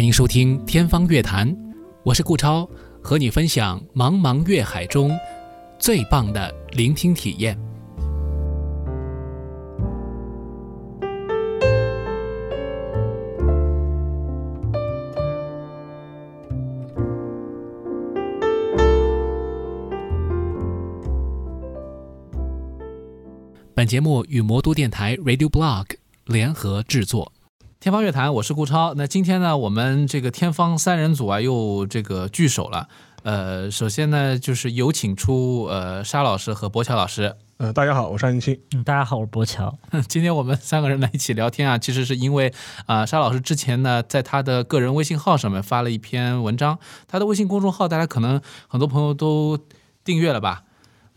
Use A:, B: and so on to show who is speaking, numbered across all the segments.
A: 迎收听《天方乐坛》，我是顾超，和你分享茫茫乐海中最棒的聆听体验。本节目与魔都电台 Radio Blog 联合制作。
B: 天方乐坛，我是顾超。那今天呢，我们这个天方三人组啊，又这个聚首了。呃，首先呢，就是有请出呃沙老师和博乔老师。
C: 嗯、大家好，我是安青。
D: 嗯，大家好，我是博乔。
B: 今天我们三个人来一起聊天啊，其实是因为啊、沙老师之前呢，在他的个人微信号上面发了一篇文章，他的微信公众号大家可能很多朋友都订阅了吧？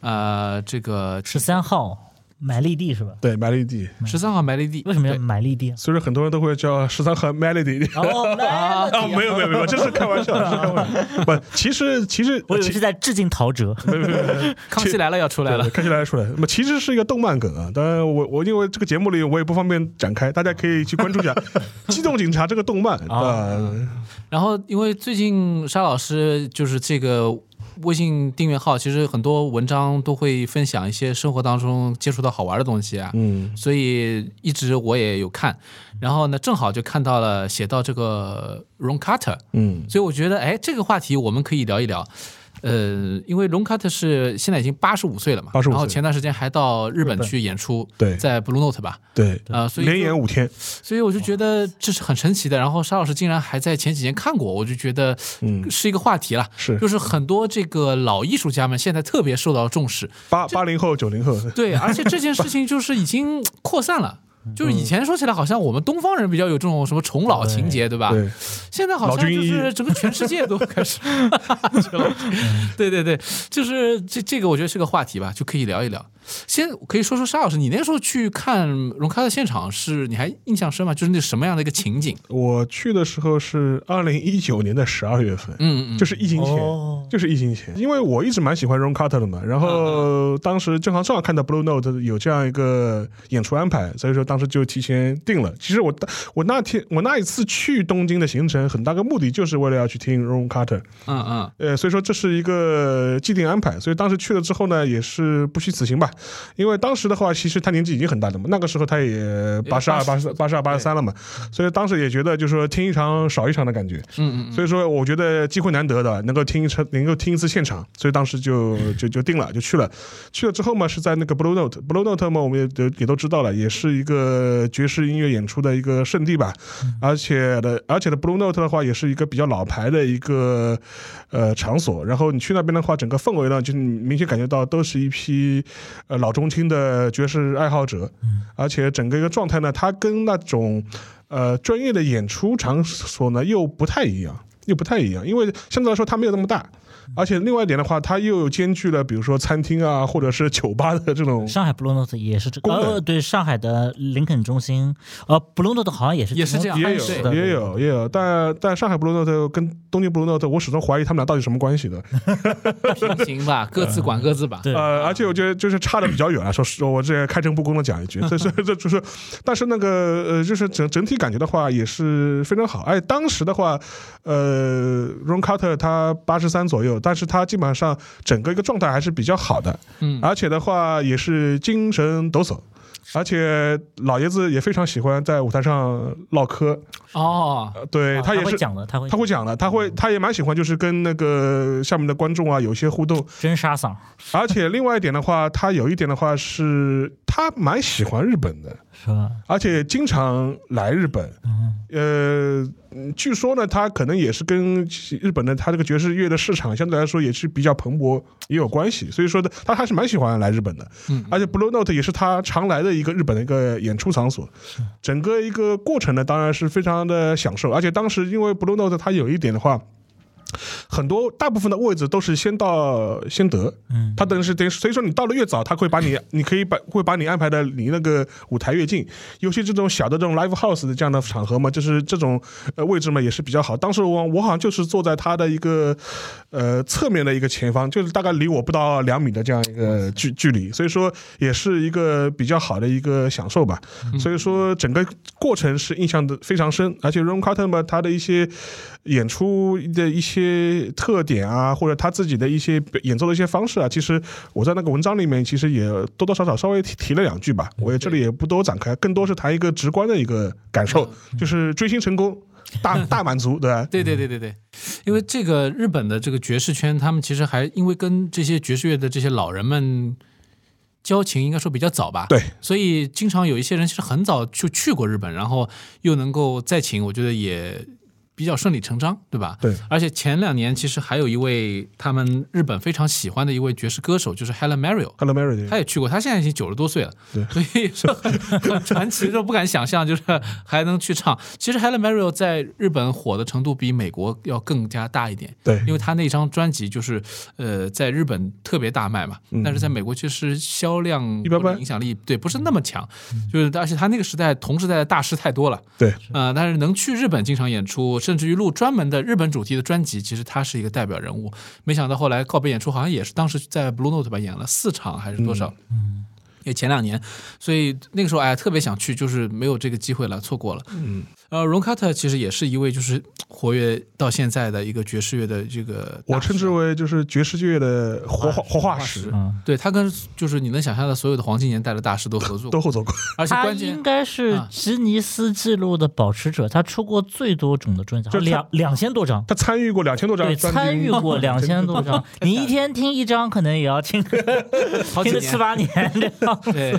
B: 呃，这个
D: 十三号埋立地是吧？
C: 对，Melody，
B: 十三号埋立地
D: 为什么要
B: 对
D: 埋 立地啊？
C: 虽然很多人都会叫十三和 Melody
D: 哦，埋
C: 啊，没有没有没有，这是开玩 笑，这是开玩笑。不，其实其实
D: 我以为
C: 其
D: 是在致敬陶喆。
C: 没没没没没
B: 康熙来了要出来了
C: 对，看起来出来。那么其实是一个动漫梗啊，当然我我因为这个节目里我也不方便展开，大家可以去关注一下《机动警察》这个动漫
B: 啊
C: 啊。
B: 然后，因为最近沙老师就是这个微信订阅号，其实很多文章都会分享一些生活当中接触到好玩的东西啊，
C: 嗯，
B: 所以一直我也有看。然后呢，正好就看到了写到这个 Ron Carter，
C: 嗯
B: 所以我觉得，哎，这个话题我们可以聊一聊。呃，因为 Ron Carter 是现在已经八十五岁了嘛，
C: 85岁
B: 然后前段时间还到日本
C: 日本
B: 去演出，
C: 对
B: 在 Blue Note 吧，
C: 对，
B: 啊、所以就
C: 连演五天，
B: 所以我就觉得这是很神奇的。然后沙老师竟然还在前几年看过，我就觉得
C: 嗯，
B: 是一个话题了。
C: 是
B: 就是很多这个老艺术家们现在特别受到重视，
C: 八八零后、九零后，
B: 对，而且这件事情就是已经扩散了。就是以前说起来，好像我们东方人比较有这种什么崇老情节，对吧？
C: 对，
B: 现在好
C: 老
B: 像
C: 军
B: 就
C: 医
B: 是整个全世界都开始这个，对对对，就是这这个我觉得是个话题吧，就可以聊一聊。先可以说说沙老师，你那时候去看荣咖的现场是你还印象深吗？就是那什么样的一个情景？
C: 我去的时候是二零一九年的十二月份，
B: 嗯嗯，
C: 就是疫情前，
D: 哦，
C: 就是疫情前，因为我一直蛮喜欢 Ron Carter 的嘛，然后当时正好正好看到 Blue Note 有这样一个演出安排，所以说当时就提前定了。其实我当我那天我那一次去东京的行程，很大个目的就是为了要去听 Ron Carter，
B: 嗯嗯
C: 呃，所以说这是一个既定安排，所以当时去了之后呢，也是不虚此行吧，因为当时的话，其实他年纪已经很大了嘛，那个时候他也八十二、八十八十二、八十三了嘛，所以当时也觉得就是说听一场少一场的感觉。
B: 嗯嗯
C: 所以说，我觉得机会难得的，能够听一场，能够听一次现场，所以当时就就就定了，就去了。去了之后嘛，是在那个 Blue Note，Blue Note 嘛，我们也都也都知道了，也是一个爵士音乐演出的一个圣地吧。而且的，而且的 Blue Note 的话，也是一个比较老牌的一个呃场所。然后你去那边的话，整个氛围呢，就是你明显感觉到都是一批呃老中青的爵士爱好者，而且整个一个状态呢，它跟那种呃专业的演出场所呢又不太一样，又不太一样，因为相对来说它没有那么大。而且另外一点的话，它又兼具了比如说餐厅啊，或者是酒吧的这种
D: 上海 Blue Note 也是这
C: 功能
D: 呃，对，上海的林肯中心，呃，Blue Note 好像也是
B: 也是这样
C: 也
B: 哎
C: 有
B: 是
D: 的
C: 也有也有，但但上海 Blue Note 跟东京 Blue Note，我始终怀疑他们俩到底什么关系的。
B: 嗯，平行吧，各自管各自吧。
D: 对
C: 呃，而且我觉得就是差的比较远啊。说实，我这开诚布公的讲一句，这是这就是，但是那个呃，就是整整体感觉的话也是非常好。哎，当时的话，呃，Ron Carter 他八十三左右，但是他基本上整个一个状态还是比较好的，
B: 嗯
C: 而且的话也是精神抖擞。而且老爷子也非常喜欢在舞台上唠嗑，
B: 哦，
C: 呃对
D: 啊
C: 他也
D: 会
C: 是
D: 讲的，他会
C: 他会讲的，他会他也蛮喜欢，就是跟那个下面的观众啊有一些互动。
D: 真沙嗓，
C: 而且另外一点的话，他有一点的话是，他蛮喜欢日本的，
D: 是吧？
C: 而且经常来日本。
D: 嗯，
C: 呃，嗯据说呢，他可能也是跟日本的他这个爵士乐的市场相对来说也是比较蓬勃也有关系，所以说呢，他还是蛮喜欢来日本的。
B: 嗯
C: 而且 Blue Note 也是他常来的一个日本的一个演出场所，整个一个过程呢，当然是非常的享受。而且当时因为 Blue Note 它有一点的话，很多大部分的位置都是先到先得，
D: 嗯，
C: 他等于是等于是，所以说你到的越早，他会把你， 你可以把会把你安排的离那个舞台越近。尤其这种小的这种 live house 的这样的场合嘛，就是这种呃位置嘛也是比较好。当时我我好像就是坐在他的一个呃侧面的一个前方，就是大概离我不到两米的这样一个距距离，所以说也是一个比较好的一个享受吧。所以说整个过程是印象的非常深，而且 Ron Carter 嘛，他的一些演出的一些特点啊，或者他自己的一些演奏的一些方式啊，其实我在那个文章里面其实也多多少少稍微提提了两句吧，
D: 嗯
C: 我也这里也不多展开，更多是谈一个直观的一个感受，
D: 嗯
C: 就是追星成功， 大大满足，对吧？
B: 对对对对对，因为这个日本的这个爵士圈，他们其实还因为跟这些爵士乐的这些老人们交情，应该说比较早
D: 啊
B: 吧。
C: 对，
B: 所以经常有一些人其实很早就去过日本，然后又能够再请，我觉得也比较顺理成章，对吧？
C: 对。
B: 而且前两年其实还有一位他们日本非常喜欢的一位爵士歌手，就是 Helen Mario。
C: Hello Mary，
B: 他也去过，他现在已经九十多岁了，
C: 对
B: 所以说很很传奇，就不敢想象，就是还能去唱。其实 Helen Mario 在日本火的程度比美国要更加大一点，
C: 对
B: 因为他那张专辑就是呃在日本特别大卖嘛，
C: 嗯
B: 但是在美国其实销量
C: 一般般嗯
B: 或者影响力对不是那么强，就是而且他那个时代同时代的大师太多了，
C: 对，
B: 啊，但是能去日本经常演出，甚至于录专门的日本主题的专辑，其实他是一个代表人物。没想到后来告别演出，好像也是当时在 Blue Note 吧演了四场还是多少？嗯，也前两年，所以那个时候哎特别想去，就是没有这个机会了，错过了。
C: 嗯，
B: 呃，荣卡特其实也是一位就是活跃到现在的一个爵士乐的这个大师，啊
C: 我称之为就是爵士乐的活化活化石，
D: 嗯，
B: 对他跟就是你能想象的所有的黄金年代的大师都合作
C: 都
B: 过，
C: 后走过。
B: 而且
D: 他
B: 关键
D: 应该是
B: 啊
D: 吉尼斯纪录的保持者，他出过最多种的专辑，
C: 就是他
D: 两两千多张。
C: 他参与过两千多张
D: 对，
C: 专辑，
D: 参与过两千多张，你一天听一张，可能也 要听 个
B: 好几
D: 听个
B: 年
D: 七八年 这样。
B: 对，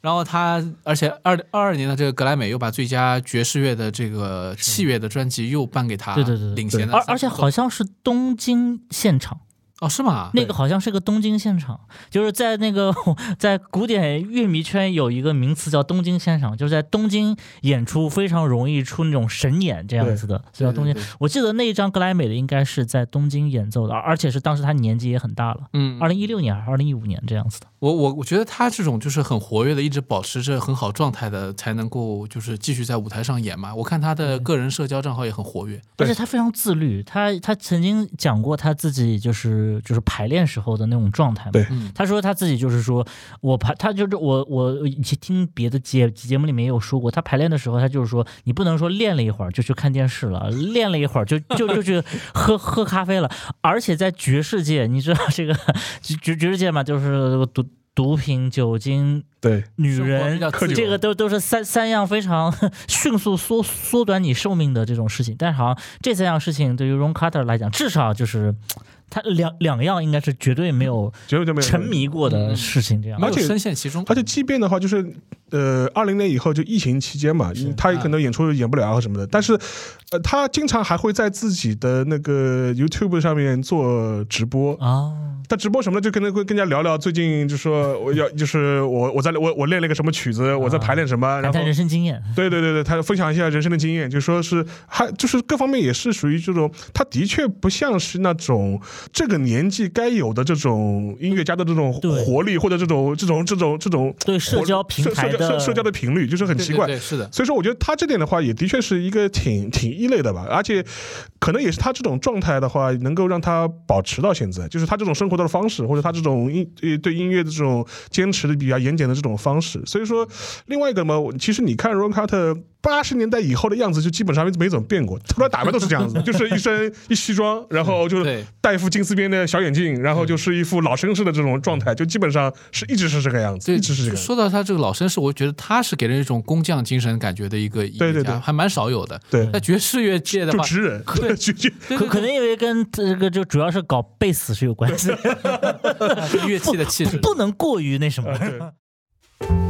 B: 然后他，而且二二二年的这个格莱美又把最佳爵士乐的这个器乐的专辑又颁给他，
D: 对对对对
B: 领衔的
D: 而
B: 三
D: 而且
B: 首
D: 好像是东京现场，
B: 哦是吗？
D: 那个好像是个东京现场，就是在那个 在古典乐迷圈有一个名词叫东京现场，就是在东京演出非常容易出那种神演这样子的，所以叫东京。
B: 对对
D: 我记得那一张格莱美的应该是在东京演奏的，而而且是当时他年纪也很大了，
B: 嗯，
D: 二零一六年还是二零一五年这样子的。
B: 我我我觉得他这种就是很活跃的，一直保持着很好状态的，才能够就是继续在舞台上演嘛。我看他的
D: 嗯
B: 个人社交账号也很活跃，
C: 对
D: 而且他非常自律，他他曾经讲过他自己就是就是排练时候的那种状态嘛。
C: 对
B: 嗯
D: 他说他自己就是说，我排他就是我我以前听别的节节目里面也有说过，他排练的时候他就是说，你不能说练了一会儿就去看电视了，练了一会儿就就就去喝喝咖啡了，而且在爵士界，你知道这个爵爵爵士界嘛，就是毒毒品、酒精、
C: 对，
D: 女
B: 生活
D: 人
B: 比较自由
D: 这个都都是三三样非常迅速缩缩短你寿命的这种事情，但是好像这三样事情对于 Ron Carter 来讲，至少就是他两两样应该是绝对没有
C: 绝对没有
D: 沉。迷过
B: 嗯
D: 的事情，这样
B: 没
C: 而
B: 有
C: 且
B: 深陷其中，嗯
C: 而且即便的话，就是呃，二零年以后就疫情期间嘛，他也可能演出演不了啊什么的。但是，呃，他经常还会在自己的那个 YouTube 上面做直播。
D: 啊，
C: 他直播什么的，就可能会跟人家聊聊最近，就说我要就是我我在我我练了一个什么曲子，我在排练什么，然后
D: 谈谈人生经验，
C: 对对对对，他分享一下人生的经验，就说是还就是各方面也是属于这种，他的确不像是那种这个年纪该有的这种音乐家的这种
D: 对
C: 活力或者这种这种这种这种
D: 对社交
C: 活
D: 平
C: 社
D: 台
C: 社交
D: 的
C: 社社交的频率，就是很
B: 对
C: 奇怪。
B: 对对是的，
C: 所以说，我觉得他这点的话，也的确是一个挺挺异类的吧，而且可能也是他这种状态的话，能够让他保持到现在，就是他这种生活的方式，或者他这种音呃对音乐的这种坚持的比较严谨的这种方式。所以说，另外一个嘛，我其实你看 Ron Carter 八十年代以后的样子，就基本上没没怎么变过，他的打扮都是这样子的，就是一身一西装，然后就是
B: 对
C: 戴一副金丝边的小眼镜，然后就是一副老绅士的这种状态，就基本上是一直是这个样子，
B: 对，
C: 一直是这个样子。
B: 说到他这个老绅士，我觉得他是给人一种工匠精神感觉的一个音
C: 对
B: 乐
C: 对
B: 家，
C: 对
B: 还蛮少有的。
C: 对
B: 在爵士乐界的
C: 就
B: 话，
C: 直人，
B: 对
C: 就就
B: 对
D: 可
B: 对
D: 可
B: 对
D: 能因为跟这个就主要是搞贝斯是有关 系的，
B: 对乐器的气质
D: 不不能过于那什么
C: 啊，。对。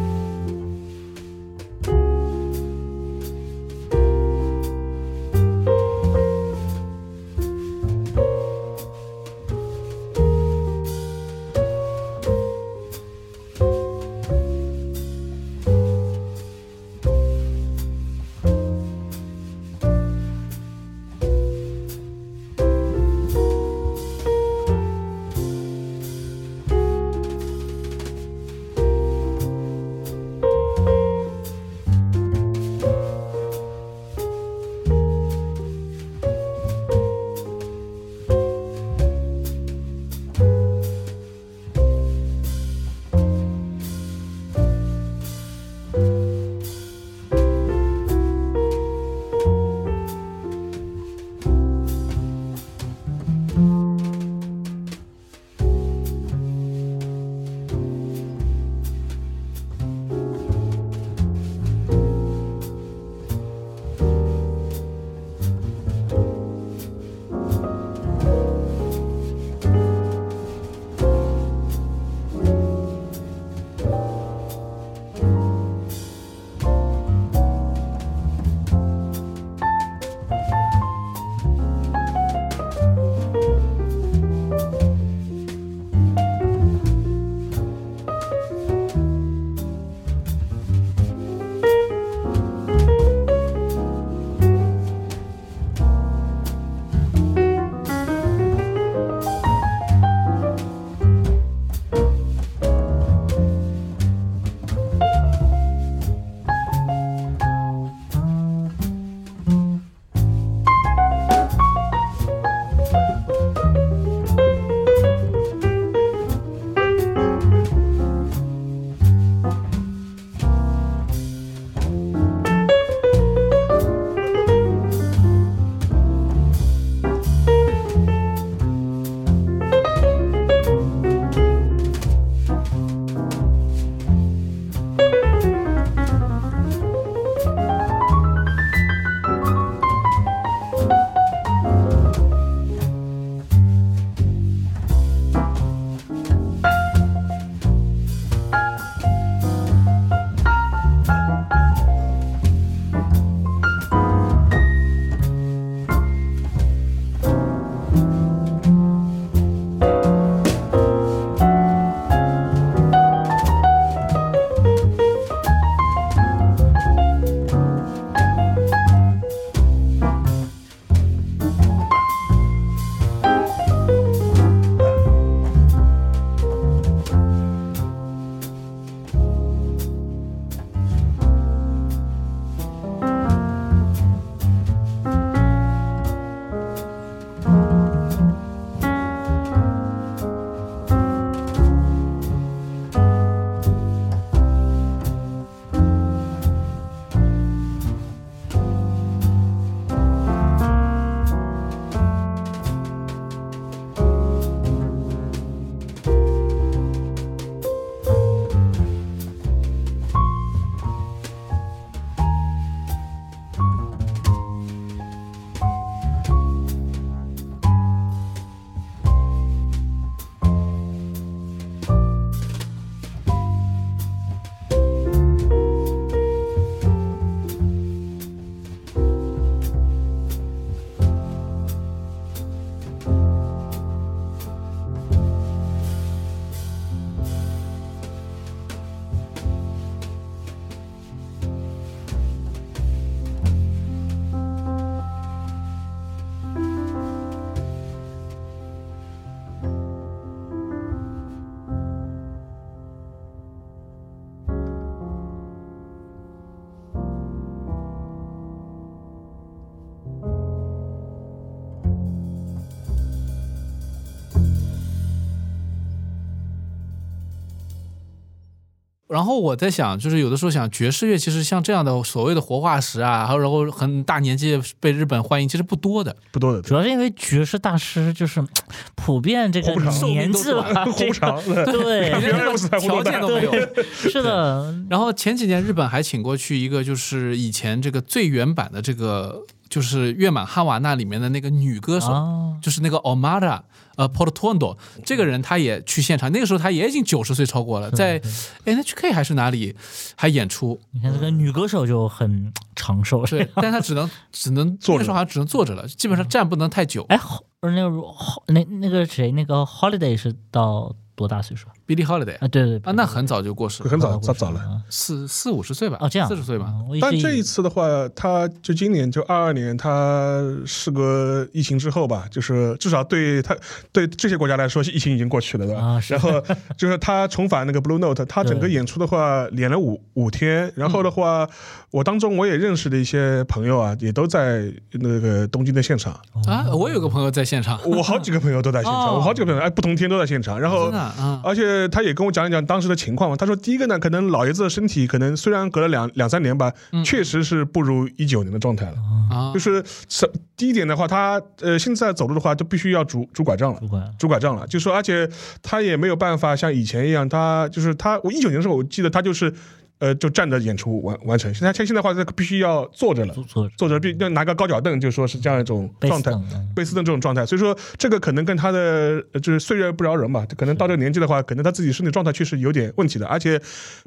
B: 然后我在想，就是有的时候想爵士乐，其实像这样的所谓的活化石啊，还有然后很大年纪被日本欢迎，其实不多的。
C: 不多的，
D: 主要是因为爵士大师就是嗯普遍这个
C: 活不长
D: 年纪吧，
C: 活
D: 这
C: 不
D: 个
C: 长。对
D: 对
B: 连
C: 原来我是
B: 这
C: 在
B: 个
C: 胡同
B: 条件都没有。
D: 是的，
B: 然后前几年日本还请过去一个，就是以前这个最原版的这个，就是月满哈瓦那里面的那个女歌手，
D: 啊，
B: 就是那个 Omara 呃 Portondo 这个人，他也去现场，那个时候他也已经九十岁超过了，在 NHK 还是哪里还演出，
D: 你看这个女歌手就很长寿，
B: 对，但他只能只能
C: 坐着
B: 那时候好像只能坐着了，基本上站不能太久。
D: 哎，好，那个如好，那那个谁，那个 Holiday 是到多大岁数
B: Billie Holiday
D: 啊？对对
B: 啊，那很早就过世了，
C: 很早
D: 过
C: 早
D: 世
C: 早了。
D: 啊
B: 四四五十岁吧，
D: 哦，这样
B: 四十岁吧，
D: 嗯我一
C: 但
D: 直
C: 这
D: 以
C: 一次的话，他就今年就二二年，他事隔疫情之后吧，就是至少对他对这些国家来说，疫情已经过去了，对吧？
D: 啊是
C: 然后就是他重返那个 Blue Note，他整个
D: 对
C: 演出的话演了五五天，然后的话，我当中我也认识的一些朋友啊，也都在那个东京的现场，
D: 哦
B: 啊，我有个朋友在现场，
C: 我好几个朋友都在现场，
B: 哦
C: 我好几个朋友哎不同天都在现场，然后
B: 真的啊，
C: 而且他也跟我讲一讲当时的情况嘛。他说，第一个呢，可能老爷子的身体可能虽然隔了两两三年吧，确实是不如一九年的状态了。
B: 嗯啊
C: 就，是首第一点的话，他呃现在走路的话，就必须要拄拄拐杖了
D: 不。管
C: 拄拐杖了，就说，而且他也没有办法像以前一样，他就是他，我一九年的时候，我记得他就是，呃，就站着演出完完成。现在他现在的话，他必须要坐着了
D: 做，做
C: 坐着必要拿个高脚凳，就说是这样一种
D: 被
C: 状态。
D: 等 的
C: 贝斯顿这种状态，所以说这个可能跟他的呃就是岁月不饶人吧，可能到这个年纪的话，可能他自己身体状态确实有点问题的，而且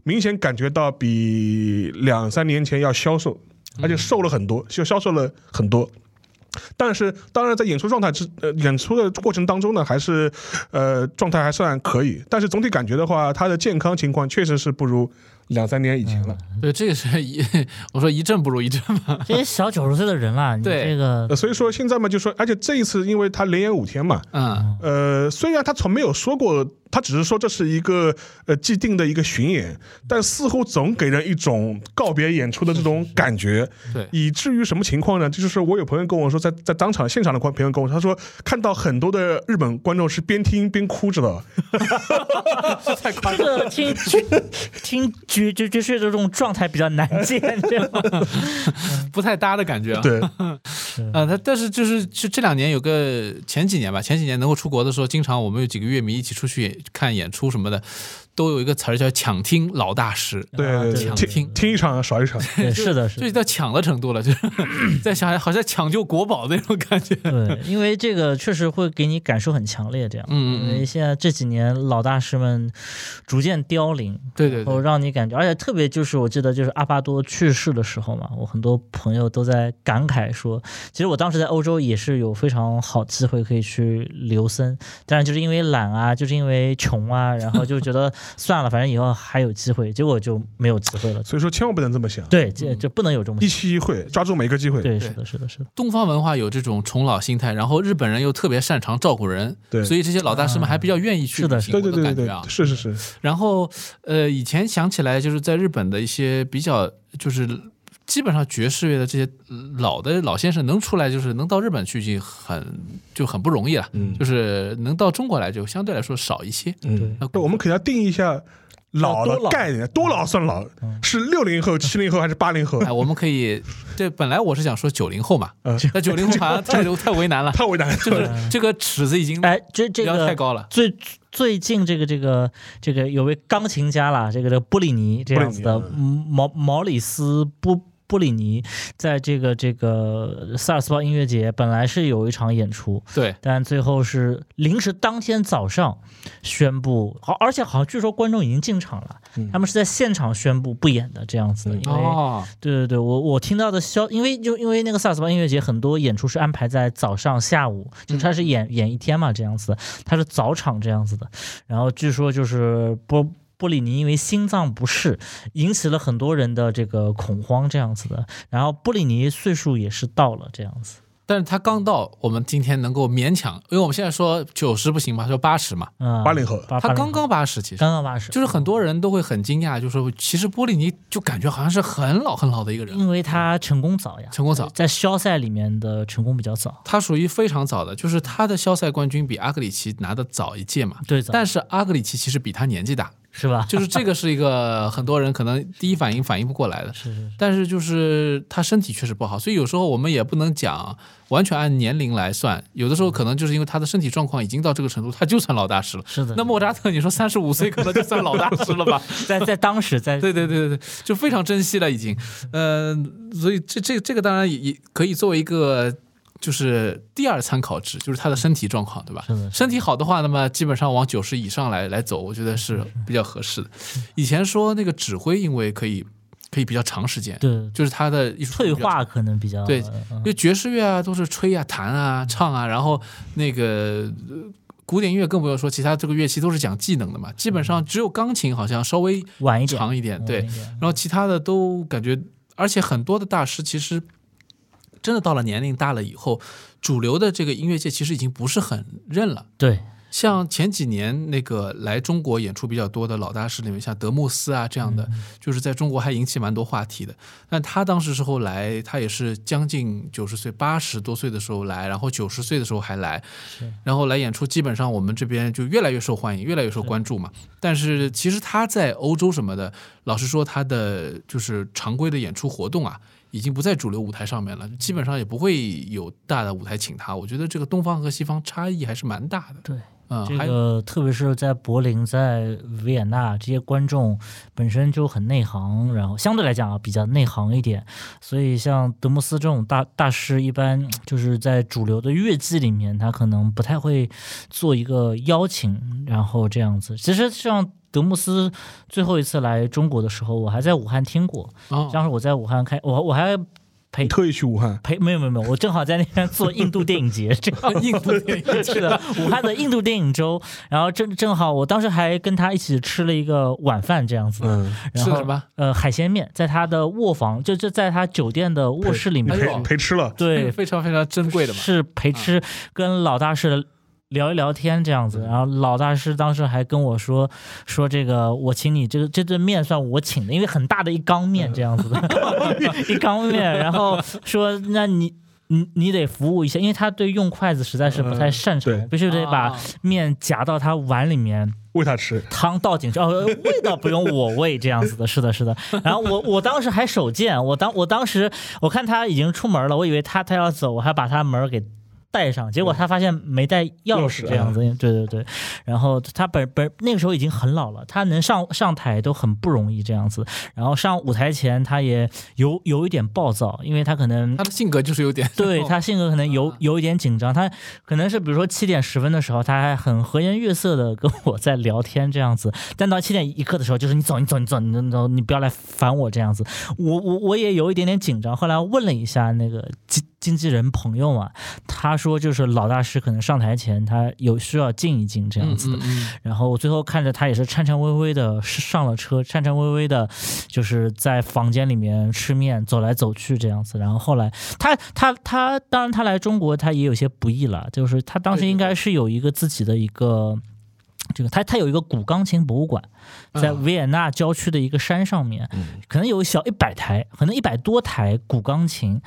C: 明显感觉到比两三年前要消瘦，而且瘦了很多，就消瘦了很多。但是，当然，在演出状态之呃演出的过程当中呢，还是呃状态还算可以。但是总体感觉的话，他的健康情况确实是不如两三年以前了。
B: 对，这个是一， 我说一阵不如一阵嘛，
D: 这些小九十岁的人了，你
B: 对
D: 这个
C: 呃，所以说现在嘛，就说，而且这一次因为他连演五天嘛，
B: 嗯，
C: 呃，虽然他从没有说过，他只是说这是一个呃既定的一个巡演，但似乎总给人一种告别演出的这种感觉。
B: 对，
C: 以至于什么情况呢？这就是我有朋友跟我说，在在当场现场的朋友跟我说，他说看到很多的日本观众是边听边哭着的。
B: 太夸
D: 这个听听爵爵爵士乐的这种状态比较难见，这样
B: 不太搭的感觉啊。
C: 对，
B: 啊，他但是就是就这两年有个前几年吧，前几年能够出国的时候，经常我们有几个乐迷一起出去演看演出什么的，都有一个词儿叫抢听老大师，
D: 啊
C: 对
D: 对
C: 对，
B: 听
C: 听听一场少一场。
D: 对是的，是的
B: 就。到抢的程度了，就是 在想好像抢救国宝那种感觉。
D: 对，因为这个确实会给你感受很强烈，这样。
B: 嗯嗯嗯
D: 因为现在这几年老大师们逐渐凋零，
B: 对对
D: 然后
B: 对，
D: 哦让你感觉，而且特别就是我记得就是阿巴多去世的时候嘛，我很多朋友都在感慨说，其实我当时在欧洲也是有非常好机会可以去留森，但是就是因为懒啊，就是因为穷啊，然后就觉 得算了，反正以后还有机会，结果就没有机会了。
C: 所以说，千万不能这么想，
D: 对，这
B: 嗯
D: 这不能有这么
C: 一。期一会，抓住每一个机会。
D: 对，是的，是的，是的，
B: 东方文化有这种崇老心态，然后日本人又特别擅长照顾人，
C: 对
B: 所以这些老大师们还比较愿意去
D: 是的
B: 旅
D: 是
B: 行，
C: 对对
B: 我的
C: 对
B: 感
C: 对
B: 觉啊
C: 对，。是是是，
B: 然后呃，以前想起来就是在日本的一些比较就是。基本上爵士乐的这些呃老的老先生能出来，就是能到日本去，已经很就很不容易了。
C: 嗯
B: 就是能到中国来，就相对来说少一些。
C: 嗯，
B: 那
C: 对我们给他定一下老
D: 多老
C: 的概念，多老算老？
B: 嗯
C: 是六零后、七零后还是八 零后？
B: 哎，我们可以，这本来我是想说九零后嘛
C: 嗯，
B: 那九零后好像太太为 难了，
C: 太为难了。
B: 就是这个尺子已经
D: 哎，这这
B: 不要
D: 个
B: 太高了。
D: 最最近这个这个这个有位钢琴家啦，这个这个布里尼这样子的
C: 布里尼
D: 嗯毛毛里斯布布里尼，在这个这个萨尔斯堡音乐节本来是有一场演出，
B: 对，
D: 但最后是临时当天早上宣布，好，而且好像据说观众已经进场了，他们是在现场宣布不演的这样子的，
C: 嗯
D: 因为、
B: 哦，
D: 对对对，我我听到的消，因为就因为那个萨尔斯堡音乐节很多演出是安排在早上、下午，就是它是
C: 嗯
D: 演、演一天嘛，这样子的，它是早场这样子的。然后据说就是波波里尼因为心脏不适，引起了很多人的这个恐慌这样子的。然后波里尼岁数也是到了这样子，
B: 但是他刚到，我们今天能够勉强，因为我们现在说九十不行嘛，说八十嘛，
D: 嗯，
C: 八零后，
D: 八
B: 他
D: 八零
B: 刚刚八十，其实
D: 刚刚八十，
B: 就是很多人都会很惊讶，就说其实波利尼就感觉好像是很老很老的一个人，
D: 因为他成功早呀，
B: 成功早。
D: 在肖赛里面的成功比较早，
B: 他属于非常早的，就是他的肖赛冠军比阿格里奇拿的早一届嘛，
D: 对，早
B: 但是阿格里奇其实比他年纪大，
D: 是吧？
B: 就是这个是一个很多人可能第一反应反应不过来的，
D: 是是是，
B: 但是就是他身体确实不好，所以有时候我们也不能讲完全按年龄来算，有的时候可能就是因为他的身体状况已经到这个程度，他就算老大师了。
D: 是的。
B: 那莫扎特，你说三十五岁可能就算老大师了吧？
D: 在在当时，在
B: 对对对对对，就非常珍惜了已经。呃，所以这这这个当然也也可以作为一个就是第二参考值，就是他的身体状况，对吧？
D: 是的，
B: 身体好的话，那么基本上往九十以上来来走，我觉得是比较合适的。以前说那个指挥，因为可以可以比较长时间，
D: 对
B: 就是他的艺术
D: 退化可能比较
B: 对
D: 嗯
B: 因为爵士乐啊都是吹啊、弹啊、唱啊，然后那个呃古典音乐更不用说，其他这个乐器都是讲技能的嘛，基本上只有钢琴好像稍微
D: 晚一点，嗯
B: 长一点，对，
D: 晚一点
B: 然后其他的都感觉，而且很多的大师其实真的到了年龄大了以后，主流的这个音乐界其实已经不是很认了。
D: 对，
B: 像前几年那个来中国演出比较多的老大师里面，像德穆斯啊这样的，就是在中国还引起蛮多话题的。但他当时时候来，他也是将近九十岁、八十多岁的时候来，然后九十岁的时候还来，然后来演出，基本上我们这边就越来越受欢迎，越来越受关注嘛。但是其实他在欧洲什么的，老实说，他的就是常规的演出活动啊。已经不在主流舞台上面了，基本上也不会有大的舞台请他。我觉得这个东方和西方差异还是蛮大的。
D: 对，
B: 嗯，
D: 这
B: 还有。
D: 个特别是在柏林、在维也纳，这些观众本身就很内行，然后相对来讲啊比较内行一点，所以像德穆斯这种大大师，一般就是在主流的乐季里面，他可能不太会做一个邀请，然后这样子。其实像德穆斯最后一次来中国的时候，我还在武汉听过，
B: 哦
D: 当时我在武汉开，我我还陪
C: 你特意去武汉，
D: 陪没有没有没有，我正好在那边做印度电影节，这 样
B: 印度电影
D: 是的，武汉的印度电影周，然后正正好我当时还跟他一起吃了一个晚饭这样子，
C: 嗯，
D: 然
B: 吃了
D: 后
B: 什么
D: 呃海鲜面，在他的卧房，就就在他酒店的卧室里
C: 你
D: 面，
B: 哎呦
C: 陪陪吃了，
D: 对，
B: 非常非常珍贵的嘛。
D: 是陪吃，跟老大师聊一聊天这样子。然后老大师当时还跟我说说这个，我请你这个这顿面算我请的，因为很大的一缸面这样子的，一缸面。然后说那你。你你得服务一下，因为他对用筷子实在是不太擅长，
C: 嗯对
D: 必须得把
B: 啊
D: 面夹到他碗里面，
C: 喂他吃，
D: 汤倒进去，哦，味道不用我喂，这样子的，是的，是的。然后我我当时还手贱，我当我当时我看他已经出门了，我以为他他要走，我还把他门给带上，结果他发现没带钥
C: 钥
D: 匙，
C: 匙
D: 这样子，对对对。然后他本本那个时候已经很老了，他能上上台都很不容易，这样子。然后上舞台前他也有有一点暴躁，因为他可能
B: 他的性格就是有点
D: 对他性格可能有
B: 啊
D: 有一点紧张，他可能是比如说七点十分的时候，他还很和颜悦色的跟我在聊天这样子，但到七点一刻的时候，就是你走你走你走你走，你不要来烦我这样子。我我我也有一点点紧张，后来问了一下那个经经纪人朋友嘛，他说就是老大师可能上台前他有需要静一静这样子的，
B: 嗯嗯
D: 然后我最后看着他也是颤颤巍巍的上了车，颤颤巍巍的，就是在房间里面吃面，走来走去这样子。然后后来他他他，当然他来中国他也有些不易了，就是他当时
B: 对对
D: 应该是有一个自己的一个。这个他他有一个古钢琴博物馆，在
B: 嗯
D: 维也纳郊区的一个山上面，可能有小一百台，可能一百多台古钢琴。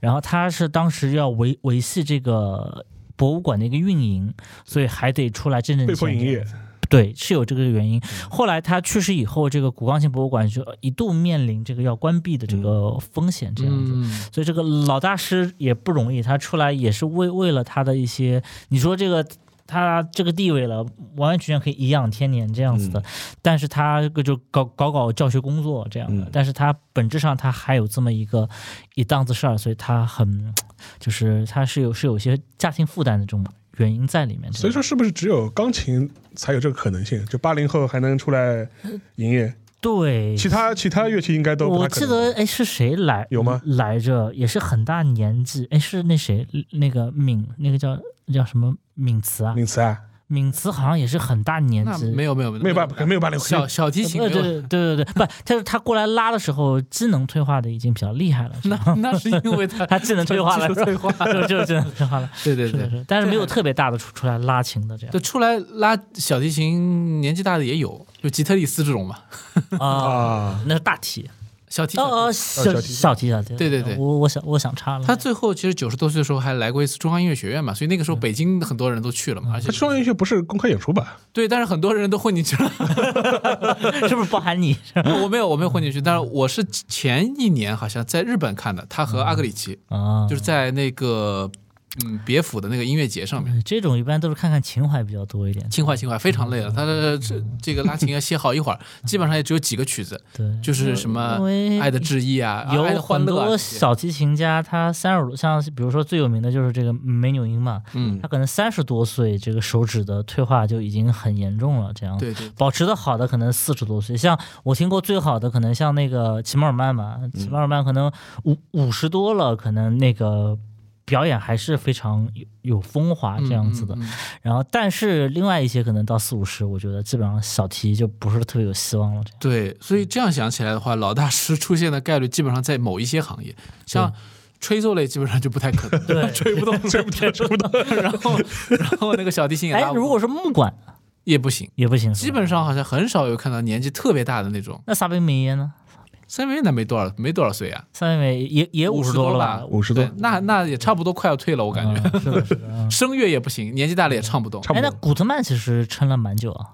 D: 然后他是当时要维维系这个博物馆的一个运营，所以还得出来挣挣
C: 被
D: 钱。
C: 迫营业，
D: 对，是有这个原因。
C: 嗯
D: 后来他去世以后，这个古钢琴博物馆就一度面临这个要关闭的这个风险，这样子。
B: 嗯
D: 所以这个老大师也不容易，他出来也是为为了他的一些，你说这个他这个地位了，完完全全可以颐养天年这样子
C: 嗯
D: 的，但是他这个就搞搞搞教学工作这样的，
C: 嗯
D: 但是他本质上他还有这么一个一档子事儿，所以他很就是他是有是有些家庭负担的这种原因在里面。
C: 所以说是不是只有钢琴才有这个可能性？就八零后还能出来营业，
D: 对，
C: 其他其他乐器应该都不
D: 嗯我
C: 太可
D: 记
C: 能
D: 得哎，是谁来
C: 有吗
D: 来着，也是很大年纪，哎，是那谁那个敏那个叫叫什么敏慈啊？
C: 名词啊，
D: 敏慈好像也是很大年
B: 那
D: 纪，
B: 没有没有
C: 没有办法，没有八零后，
B: 小小提琴
D: 呃
B: 没
D: 对
B: 有，
D: 对对对对，不，但是他过来拉的时候，机能退化的已经比较厉害了，是
B: 那
D: 吧
B: 那是因为 他
D: 他技能退化 了，
B: 技术退化
D: 是吧 就就技能退 化了，
B: 对对
D: 是的
B: 对
D: 是的，但是没有特别大的出出来拉琴的这样
B: 对，出来拉小提琴年纪大的也有，就吉特利斯这种嘛，
D: 啊，
C: 啊，
D: 那是大体，
B: 小提小提
D: 哦哦，
C: 小
D: 小
C: 提
D: 小提小提，
B: 对对对
D: 我我想我想插了，
B: 他最后其实九十多岁的时候还来过一次中央音乐学院嘛，所以那个
D: 嗯
B: 时候北京很多人都去了嘛，而且
C: 他双人学不是公开演出 吧？
B: 对，但是很多人都混进 去了。
D: 是不是包 含你？
B: 我没有，我没有混进去，但是我是前一年好像在日本看的，他和阿格里奇，
D: 啊，
B: 就是在那个嗯别府的那个音乐节上面。
D: 嗯这种一般都是看看情怀比较多一点，
B: 情怀情怀非常累了，他的这这个拉琴要歇好一会儿， 基本上也只有几个曲子，
D: 对，
B: 就是什么
D: 嗯因为
B: 《爱的致意》啊，啊《爱
D: 有
B: 的欢
D: 很
B: 乐》啊
D: 多
B: 这些，
D: 小提琴家，他三十多，像比如说最有名的就是这个梅纽因嘛，
B: 嗯，
D: 他可能三十多岁，这个手指的退化就已经很严重了，这样。
B: 对对，
D: 保持的好的可能四十多岁，像我听过最好的可能像那个齐马尔曼嘛，
B: 嗯
D: 齐马尔曼可能五五十多了，可能那个表演还是非常有有风华这样子的。
B: 嗯，嗯
D: 然后，但是另外一些可能到四五十，我觉得基本上小提就不是特别有希望了。这样
B: 对，所以这样想起来的话，老大师出现的概率基本上在某一些行业，像吹奏类基本上就不太可能，
D: 对
B: 吹不 动，吹不动，吹不动。然后， 然后那个小提琴也
D: 哎
B: 拉，不
D: 如
B: 动，
D: 果是木管
B: 也不行。
D: 也不行，
B: 基
D: 是吧
B: 本上好像很少有看到年纪特别大的那种，
D: 那撒贝米耶呢？
B: 三维那没多少，没多少岁啊，
D: 撒贝米也也
B: 50
D: 十
B: 多
D: 了
B: 吧
D: 吧？
C: 五十多
B: 对，，那那也差不多快要退了，我感觉。
D: 嗯是的，是的。嗯
B: 声乐也不行，年纪大了也唱不动。
C: 差不
D: 哎，那
C: 多。
D: 古特曼其实撑了蛮久啊，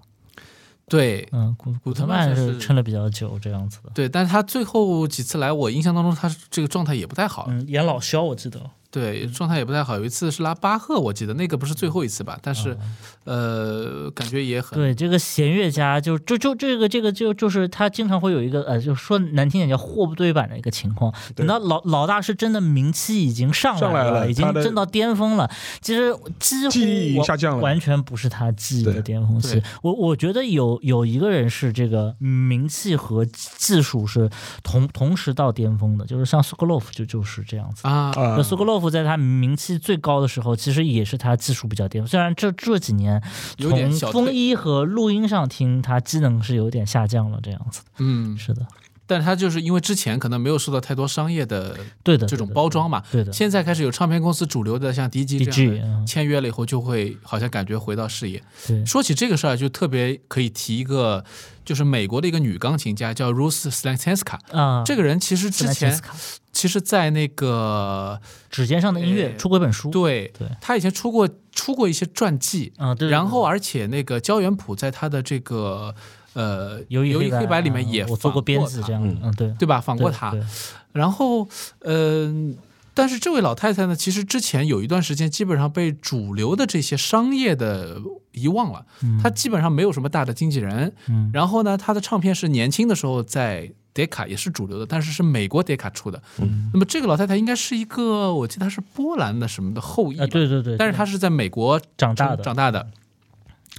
B: 对
D: 嗯，古
B: 古
D: 古
B: 特
D: 特
B: 曼
D: 曼
B: 是
D: 是撑了比较久这样子的。
B: 对，但是他最后几次来，我印象当中他是这个状态也不太好，
D: 嗯，演老萧我记得，
B: 对，状态也不太好。有一次是拉巴赫，我记得那个不是最后一次吧，但是、呃，感觉也很
D: 嗯对这个弦乐家就就就这个这个就就是他经常会有一个呃，就说难听点叫货不对版的一个情况。
C: 对
D: 等到老老大是真的名气已经上
C: 上
D: 来
C: 来了
D: 已经
C: 他的
D: 挣到巅峰了，其实几乎
C: 记忆
D: 我
C: 下降了
D: 完全不是他记忆的
C: 对
D: 巅峰期
B: 对。
D: 我我觉得有有一个人是这个名气和技术是同同时到巅峰的，就是像苏格洛夫就就是这样子。
B: 啊，
C: 啊
D: 那，苏格洛夫在他名气最高的时候，其实也是他技术比较巅峰。虽然这这几年
B: 有点
D: 从
B: 小退
D: 风衣和录音上听，他机能是有点下降了，这样子。
B: 嗯，
D: 是的，
B: 但是他就是因为之前可能没有受到太多商业的
D: 对的，
B: 这种
D: 对的
B: 包装嘛，
D: 对的
B: 现在开始有唱片公司主流的像 DG 这
D: DG
B: 样的
D: 嗯
B: 签约了以后，就会好像感觉回到事业。
D: 对
B: 说起这个事儿，就特别可以提一个，就是美国的一个女钢琴家叫 Ruth Slantinska，
D: 啊。
B: 这个人其实
D: 斯
B: 之
D: 莱琴
B: 前
D: 斯卡
B: 其实，在那个
D: 指尖上的音
B: 哎
D: 乐出过一本书，
B: 对
D: 对，
B: 她以前出过出过一些传记，
D: 啊，对。对
B: 然后而且那个焦元溥在他的这个呃《
D: 游
B: 游
D: 戏
B: 戏黑白》里面
D: 嗯
B: 也
D: 我做
B: 访
D: 过编
B: 过
D: 子
B: 她
D: 这样的，嗯，对，
B: 对吧？访过
D: 对
B: 他，
D: 对
B: 然后，嗯、但是这位老太太呢，其实之前有一段时间基本上被主流的这些商业的遗忘了，
D: 嗯
B: 她基本上没有什么大的经纪人。
D: 嗯
B: 然后呢，她的唱片是年轻的时候在。迪卡也是主流的，但是是美国迪卡出的。嗯、那么这个老太太应该是一个，我记得她是波兰的什么的后裔吧、
D: 啊，对对对，
B: 但是她是在美国
D: 长大
B: 成
D: 的
B: 长大的。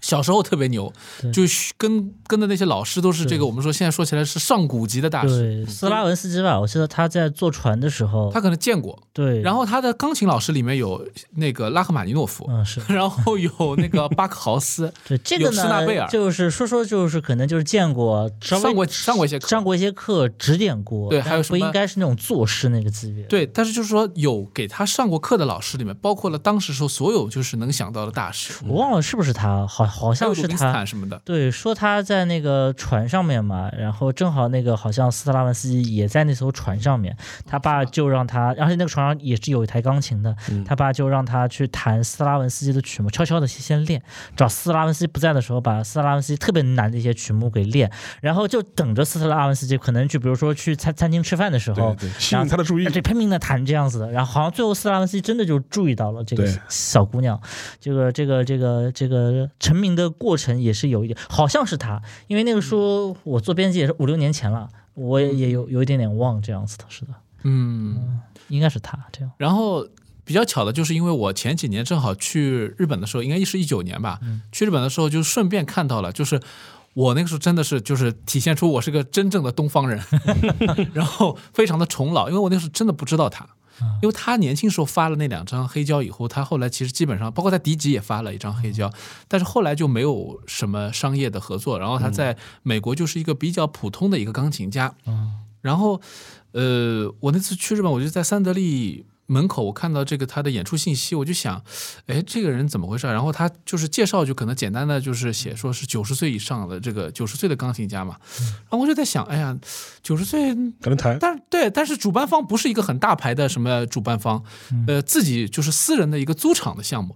B: 小时候特别牛，
D: 对
B: 就是跟跟的那些老师都是这个，
D: 对
B: 我们说现在说起来是上古级的大师，
D: 对斯拉文斯基吧，我记得他在坐船的时候
B: 他，可能见过，
D: 对，
B: 然后他的钢琴老师里面有那个拉赫玛尼诺夫，
D: 嗯是，
B: 然后有那个巴克豪斯，
D: 对这个
B: 有施纳贝
D: 呢
B: 尔，
D: 就是说说就是可能就是见过 稍微
B: 上过上过一些课，
D: 上过一些课，指点过，
B: 对
D: 但
B: 还有什
D: 不
B: 么
D: 应该是那种作诗那个级别。
B: 对，但是就是说有给他上过课的老师里面，包括了当时说所有就是能想到的大师，
D: 我忘了是不是他，好好
B: 还有
D: 像
B: 鲁
D: 是
B: 宾斯
D: 他
B: 坦。什么的，
D: 对，说他在那个船上面嘛，然后正好那个好像斯特拉文斯基也在那艘船上面，他爸就让他，而且那个船上也是有一台钢琴的，他爸就让他去弹斯特拉文斯基的曲目，悄悄的先练，找斯特拉文斯基不在的时候，把斯特拉文斯基特别难的一些曲目给练，然后就等着斯特拉文斯基可能去，比如说去餐餐厅吃饭的时候
C: 对，对，吸引他的注意
D: 啊，，对，拼命的弹这样子的，然后好像最后斯拉文斯基真的就注意到了这个
C: 对
D: 小姑娘，这个这个这个这个成名的过程也是有一点，好像是她，因为那个时候我做编辑也是五六年前了，我
C: 嗯
D: 也也有有一点点忘这样子的，是的，
B: 嗯，
D: 应该是她这样，
B: 然后。比较巧的就是，因为我前几年正好去日本的时候，应该是一九年吧，去日本的时候就顺便看到了，就是我那个时候真的是就是体现出我是个真正的东方人， 然后非常的崇老，因为我那时候真的不知道他，因为他年轻时候发了那两张黑胶以后，他后来其实基本上包括在迪吉也发了一张黑胶，但是后来就没有什么商业的合作，然后他在美国就是一个比较普通的一个钢琴家，然后呃，我那次去日本，我就在三得利门口，我看到这个他的演出信息，我就想，哎，这个人怎么回事啊？然后他就是介绍，就可能简单的就是写说是九十岁以上的这个九十岁的钢琴家嘛。然后我就在想，哎呀，九十岁
C: 可能谈
B: 但是对，但是主办方不是一个很大牌的什么主办方，
C: 嗯
B: 呃，自己就是私人的一个租场的项目，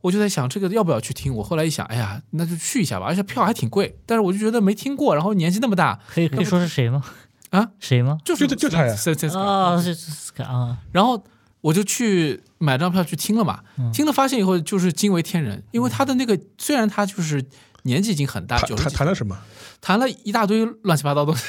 B: 我就在想这个要不要去听。我后来一想，哎呀，那就去一下吧，而且票还挺贵，但是我就觉得没听过，然后年纪那么大，
D: 可以可以说是谁吗？
B: 啊，
D: 谁吗？
B: 就是
C: 就就他呀
B: 这这这
D: 啊，是是是啊，
B: 然后我就去买张票去听了嘛，
C: 嗯
B: 听了发现以后就是惊为天人，因为他的那个虽然他就是年纪已经很大，
C: 谈
B: 九十
C: 谈
B: 几
C: 谈了什么？
B: 弹了一大堆乱七八糟东 西，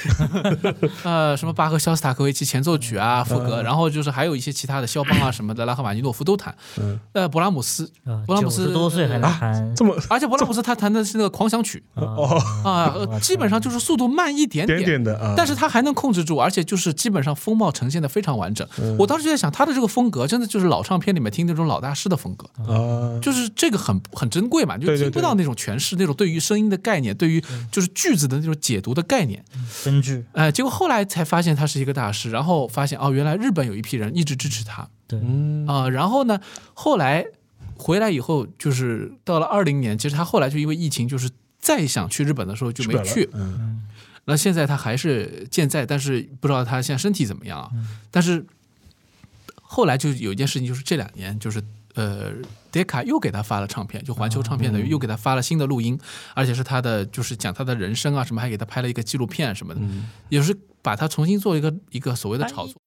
B: 呃，什么巴赫、肖斯塔科维奇前奏曲
C: 嗯
B: 啊、赋格，然后就是还有一些其他的肖邦啊什么的，拉赫玛尼诺夫都弹，
C: 嗯
B: 呃，勃拉姆 斯，勃拉姆
D: 九
B: 斯
D: 十多岁还能弹
C: 这么
B: 而且勃拉姆斯他弹的是那个狂想曲
C: 哦，
B: 啊、呃基本上就是速度慢一点
C: 点点的啊，
B: 但是他还能控制住，而且就是基本上风貌呈现的非常完整。
C: 嗯
B: 我当时就在想，他的这个风格真的就是老唱片里面听那种老大师的风格，
C: 啊，
B: 就是这个很很珍贵嘛，你就
C: 对对嗯
B: 听不
C: 对
B: 到那种诠释，那种对于声音的概念，对于就是句子的那种解读的概念。
D: 根据
B: 哎，结果后来才发现他是一个大师，然后发现哦，原来日本有一批人一直支持他
D: 对，
C: 嗯
B: 啊、然后呢，后来回来以后，就是到了二零年，其实他后来就因为疫情，就是再想去日本的时候就没
C: 不了了
B: 去。
C: 嗯，
B: 那现在他还是健在，但是不知道他现在身体怎么样啊。
D: 嗯
B: 但是后来就有一件事情，就是这两年就是呃。迪卡又给他发了唱片，就环球唱片
D: 哦嗯
B: 等于又给他发了新的录音，而且是他的就是讲他的人生啊什么，还给他拍了一个纪录片什么的，
D: 嗯
B: 也是把他重新做一个一个所谓的炒作。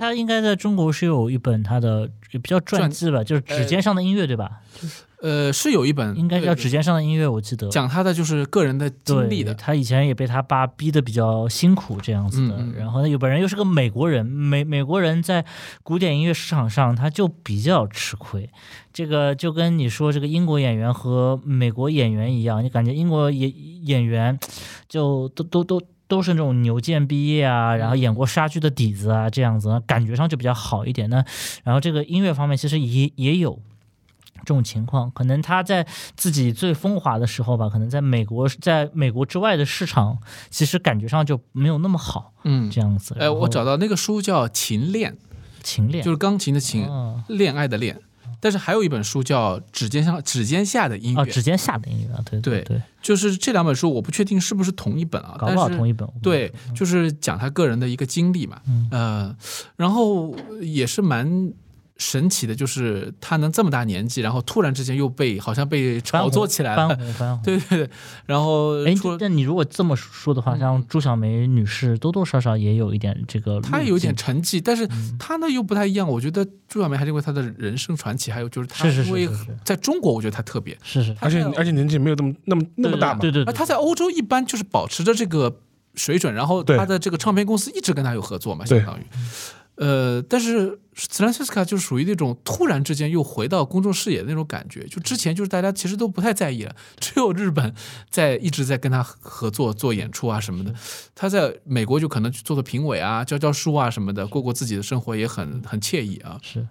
D: 他应该在中国是有一本他的比较传记吧，就是指尖上的音乐，对吧？
B: 呃，是有一本
D: 应该叫《
B: 直
D: 指尖上的音乐》，我记得。
B: 讲他的就是个人的经历
D: 对，
B: 的，
D: 他以前也被他爸逼得比较辛苦这样子的。
B: 嗯嗯
D: 然后呢，有本人又是个美国人，美美国人在古典音乐市场上他就比较吃亏。这个就跟你说这个英国演员和美国演员一样，你感觉英国演演员就都都都。都是那种牛剑毕业啊，然后演过莎剧的底子啊，这样子感觉上就比较好一点。那然后这个音乐方面其实也也有这种情况，可能他在自己最风华的时候吧，可能在美国，在美国之外的市场，其实感觉上就没有那么好
B: 嗯，
D: 这样子。
B: 哎，我找到那个书叫《琴恋
D: 情》，恋，
B: 就是是钢琴的琴，
D: 啊
B: 恋爱的恋。但是还有一本书叫《指尖上指尖下的音乐
D: 啊，》，指尖下的音乐啊，对
B: 对
D: 对，
B: 就是这两本书，我不确定是不是同一本啊，
D: 搞
B: 但
D: 不好
B: 是
D: 同一本。我不知道，
B: 对，就是讲他个人的一个经历嘛，
D: 嗯
B: 呃，然后也是蛮神奇的，就是他能这么大年纪，然后突然之间又被好像被
D: 翻
B: 炒
D: 红
B: 作起来
D: 翻
B: 了，
D: 红翻 红。
B: 对对对，然后
D: 哎，
B: 出嗯
D: 这但你如果这么说的话，像朱小梅女士多多少少也有一点这个路径，
B: 他有点成绩，但是
D: 嗯
B: 他呢又不太一样。我觉得朱小梅还是因为她的人生传奇，还有就是她
D: 是是是
B: 因为
D: 是是
B: 在中国，我觉得她特别。
D: 是是
C: 而且而且年纪没有那么那么那么大嘛，
D: 对对
B: 啊，
D: 对，
B: 她在欧洲一般就是保持着这个水准，然后
C: 对
B: 她的这个唱片公司一直跟她有合作嘛，
C: 对
B: 相当于。呃，但是 s 兰 a n c i s c a 就属于那种突然之间又回到公众视野的那种感觉，就之前就是大家其实都不太在意了，只有日本在一直在跟她合作做演出啊什么的。她在美国就可能去做做评委啊、教教书啊什么的，过过自己的生活也很很惬意啊。
D: 是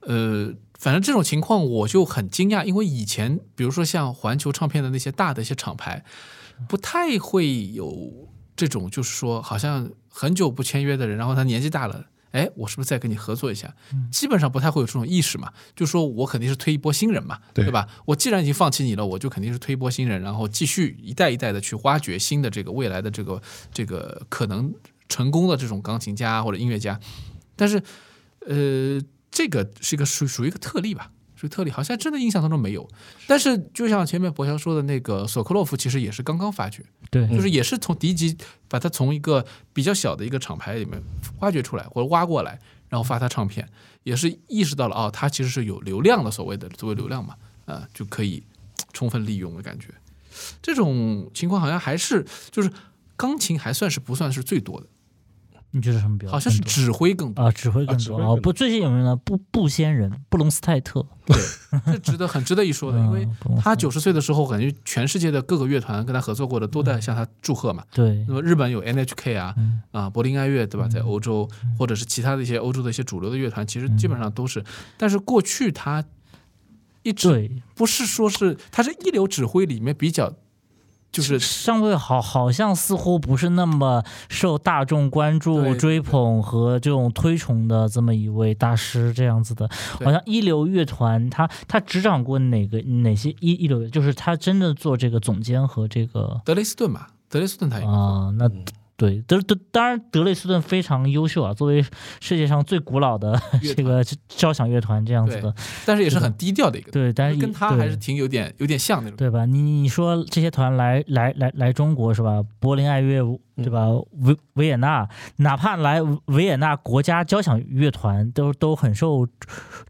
B: 呃，反正这种情况我就很惊讶，因为以前比如说像环球唱片的那些大的一些厂牌，不太会有这种，就是说好像很久不签约的人，然后他年纪大了。哎，我是不是再跟你合作一下？基本上不太会有这种意识嘛，就说我肯定是推一波新人嘛，
C: 对
B: 对吧？我既然已经放弃你了，我就肯定是推一波新人，然后继续一代一代的去挖掘新的这个未来的这个这个可能成功的这种钢琴家或者音乐家。但是，呃，这个是一个属属于一个特例吧，属于特例，好像真的印象当中没有。但是就像前面博翔说的那个索科洛夫，其实也是刚刚发掘，
D: 对，
C: 嗯
B: 就是也是从第一集把他从一个比较小的一个厂牌里面挖掘出来或者挖过来，然后发他唱片，也是意识到了哦，他其实是有流量的，所谓的所谓流量嘛，啊、就可以嘖充分利用的感觉。这种情况好像还是就是钢琴还算是不算是最多的，
D: 你觉得什么比较？
B: 好像是
D: 更多
B: 指挥更多，
D: 啊，指挥更
C: 指
D: 多
C: 挥
D: 啊，
C: 更
D: 不，最近有名的布布仙人布隆斯泰特，
B: 这值得很值得一说的，因为
D: 嗯布隆斯
B: 他九十岁的时候，感觉全世界的各个乐团跟他合作过的都在向他祝贺嘛。
D: 对
B: 那么日本有 NHK 啊
D: 嗯，
B: 啊柏林爱乐对吧？在欧洲或者是其他的一些欧洲的一些主流的乐团，其实
D: 嗯
B: 基本上都是。但是过去他一直
D: 对，
B: 不是说是他是一流指挥里面比较，就是
D: 上位好好像似乎不是那么受大众关注、
B: 对
D: 追捧和这种推崇的这么一位大师这样子的，
B: 对
D: 好像一流乐团他他执掌过哪个哪些一一流，就是他真的做这个总监和这个
B: 德雷斯顿嘛，德雷斯顿他也
D: 啊、那。对，德德当然，德累斯顿非常优秀啊，作为世界上最古老的
B: 乐
D: 这个交响乐团这样子的，
B: 但是也是
D: 是的
B: 很低调的一个，
D: 对，但是
B: 跟他
D: 对
B: 还是挺有点有点像那种。
D: 对吧？你你说这些团来来来来中国是吧？柏林爱乐
B: 嗯
D: 对吧？维维也纳，哪怕来维也纳国家交响乐团都都很受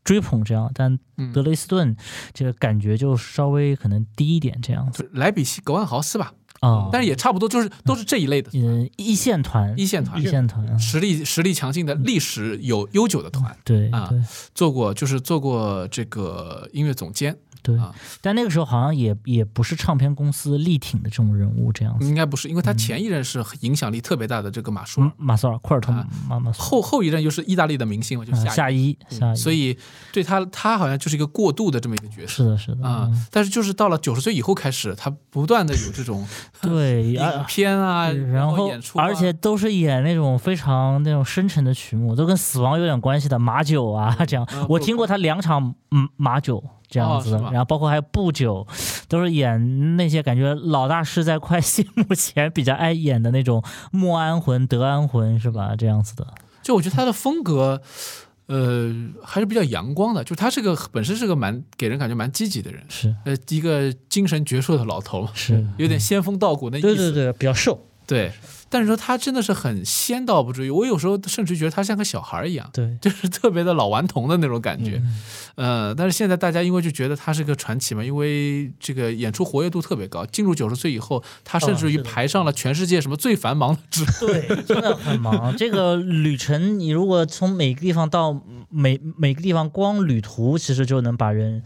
D: 追捧，这样，但
B: 嗯
D: 德累斯顿这个感觉就稍微可能低一点这样子
B: 就莱比锡格万豪斯吧，
D: 啊。
B: 但是也差不多，就是都是这一类的
D: 嗯，一线团，
B: 一线团
D: 一，线团，啊
B: 实力实力强劲的历史有悠久的团，
D: 对
B: 啊
D: 对
B: 做过就是做过这个音乐总监，
D: 对
B: 啊。
D: 但那个时候好像也也不是唱片公司力挺的这种人物这样子。
B: 应该不是，因为他前一任是影响力特别大的这个马舒尔
D: 嗯，，马索尔库尔托
B: 啊
D: 马马索
B: 后后一任又是意大利的明星嘛，就
D: 尔，
B: 夏
D: 啊
B: 嗯
D: 夏伊夏伊，
B: 所以对他他好像就是一个过渡的这么一个角色。
D: 是的是的
B: 啊、
D: 嗯
B: 但是就是到了九十岁以后开始，他不断的有这 种
D: 对，
B: 影
D: 啊
B: 片啊，
D: 然
B: 后
D: 后
B: 演出、啊，
D: 而且都是演那种非常那种深沉的曲目，都跟死亡有点关系的马九啊 这样
B: 嗯。
D: 我听过他两场嗯马九这样子
B: 哦
D: 的，
B: 是吗
D: 然后包括还有不久，都是演那些感觉老大是在快谢幕前比较爱演的那种莫安魂、德安魂是吧？这样子的，
B: 就我觉得他的风格，呃，还是比较阳光的，就他是个本身是个蛮给人感觉蛮积极的人，
D: 是
B: 呃，一个精神矍铄的老头嘛，
D: 是，
B: 嗯有点仙风道骨那意思。
D: 对对对，比较瘦，
B: 对但是说他真的是很仙到不至于，我有时候甚至觉得他像个小孩一样，
D: 对，
B: 就是特别的老顽童的那种感觉。
D: 嗯
B: 呃，但是现在大家因为就觉得他是个传奇嘛，因为这个演出活跃度特别高，进入九十岁以后，他甚至于
D: 哦是的
B: 排上了全世界什么最繁忙的职
D: 对，真的很忙。这个旅程，你如果从每个地方到每每个地方，光旅途其实就能把人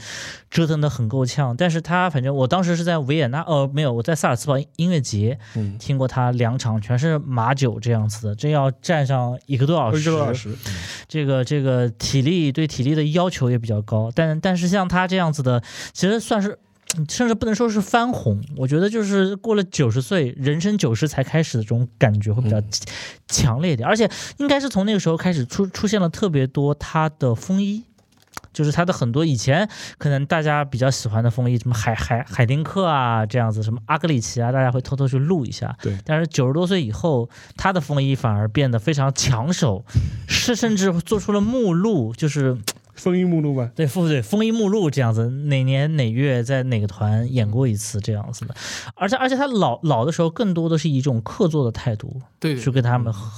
D: 折腾的很够呛。但是他反正我当时是在维也纳，哦，没有，我在萨尔茨堡音乐节、
C: 嗯
D: 听过他两场，全是马酒这样子的，这要站上一个多小
C: 一
D: 时，
C: 个多小时，
D: 这个这个体力对体力的要求也比较高，但但是像他这样子的，其实算是。嗯甚至不能说是翻红，我觉得就是过了九十岁，人生九十才开始的这种感觉会比较强烈一点，而且应该是从那个时候开始出出现了特别多他的风衣，就是他的很多以前可能大家比较喜欢的风衣，什么海海海丁克啊这样子，什么阿格里奇啊，大家会偷偷去录一下。
C: 对
D: 但是九十多岁以后，他的风衣反而变得非常抢手，是甚至做出了目录，就是
C: 风衣目录吧。
D: 对，付对风衣目录这样子，哪年哪月在哪个团演过一次这样子的，而且而且他老老的时候，更多的是以一种客座的态度
B: 对
D: 去跟他们合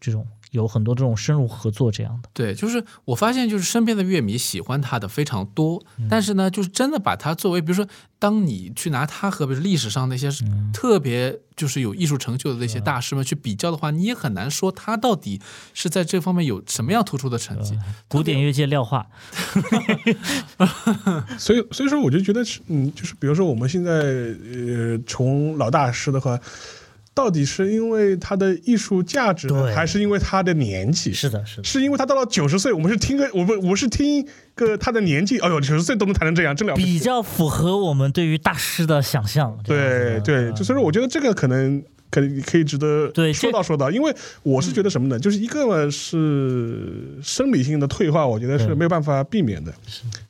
D: 这种有很多这种深入合作这样的。
B: 对，就是我发现，就是身边的乐迷喜欢他的非常多，但是呢，就是真的把他作为，比如说，当你去拿他和比如历史上那些特别就是有艺术成就的那些大师们去比较的话，你也很难说他到底是在这方面有什么样突出的成绩。
D: 古典乐界廖化，
C: 所以，所以说，我就觉得是，嗯，就是比如说我们现在呃，从老大师的话，到底是因为他的艺术价值呢，
D: 对
C: 还是因为他的年纪？
D: 是的，是的，
C: 是因为他到了九十岁，我们是听个我们我是听个他的年纪，哎呦，九十岁都能弹成这样，真了不
D: 比
C: 起。
D: 较符合我们对于大师的想象。这样子
C: 对
D: 的嗯
C: 对，就所以说，我觉得这个可能可以可以值得
D: 对
C: 说
D: 这嗯
C: 到说到，因为我是觉得什么呢？就是一个嘛是生理性的退化，我觉得是
D: 对
C: 没有办法避免的。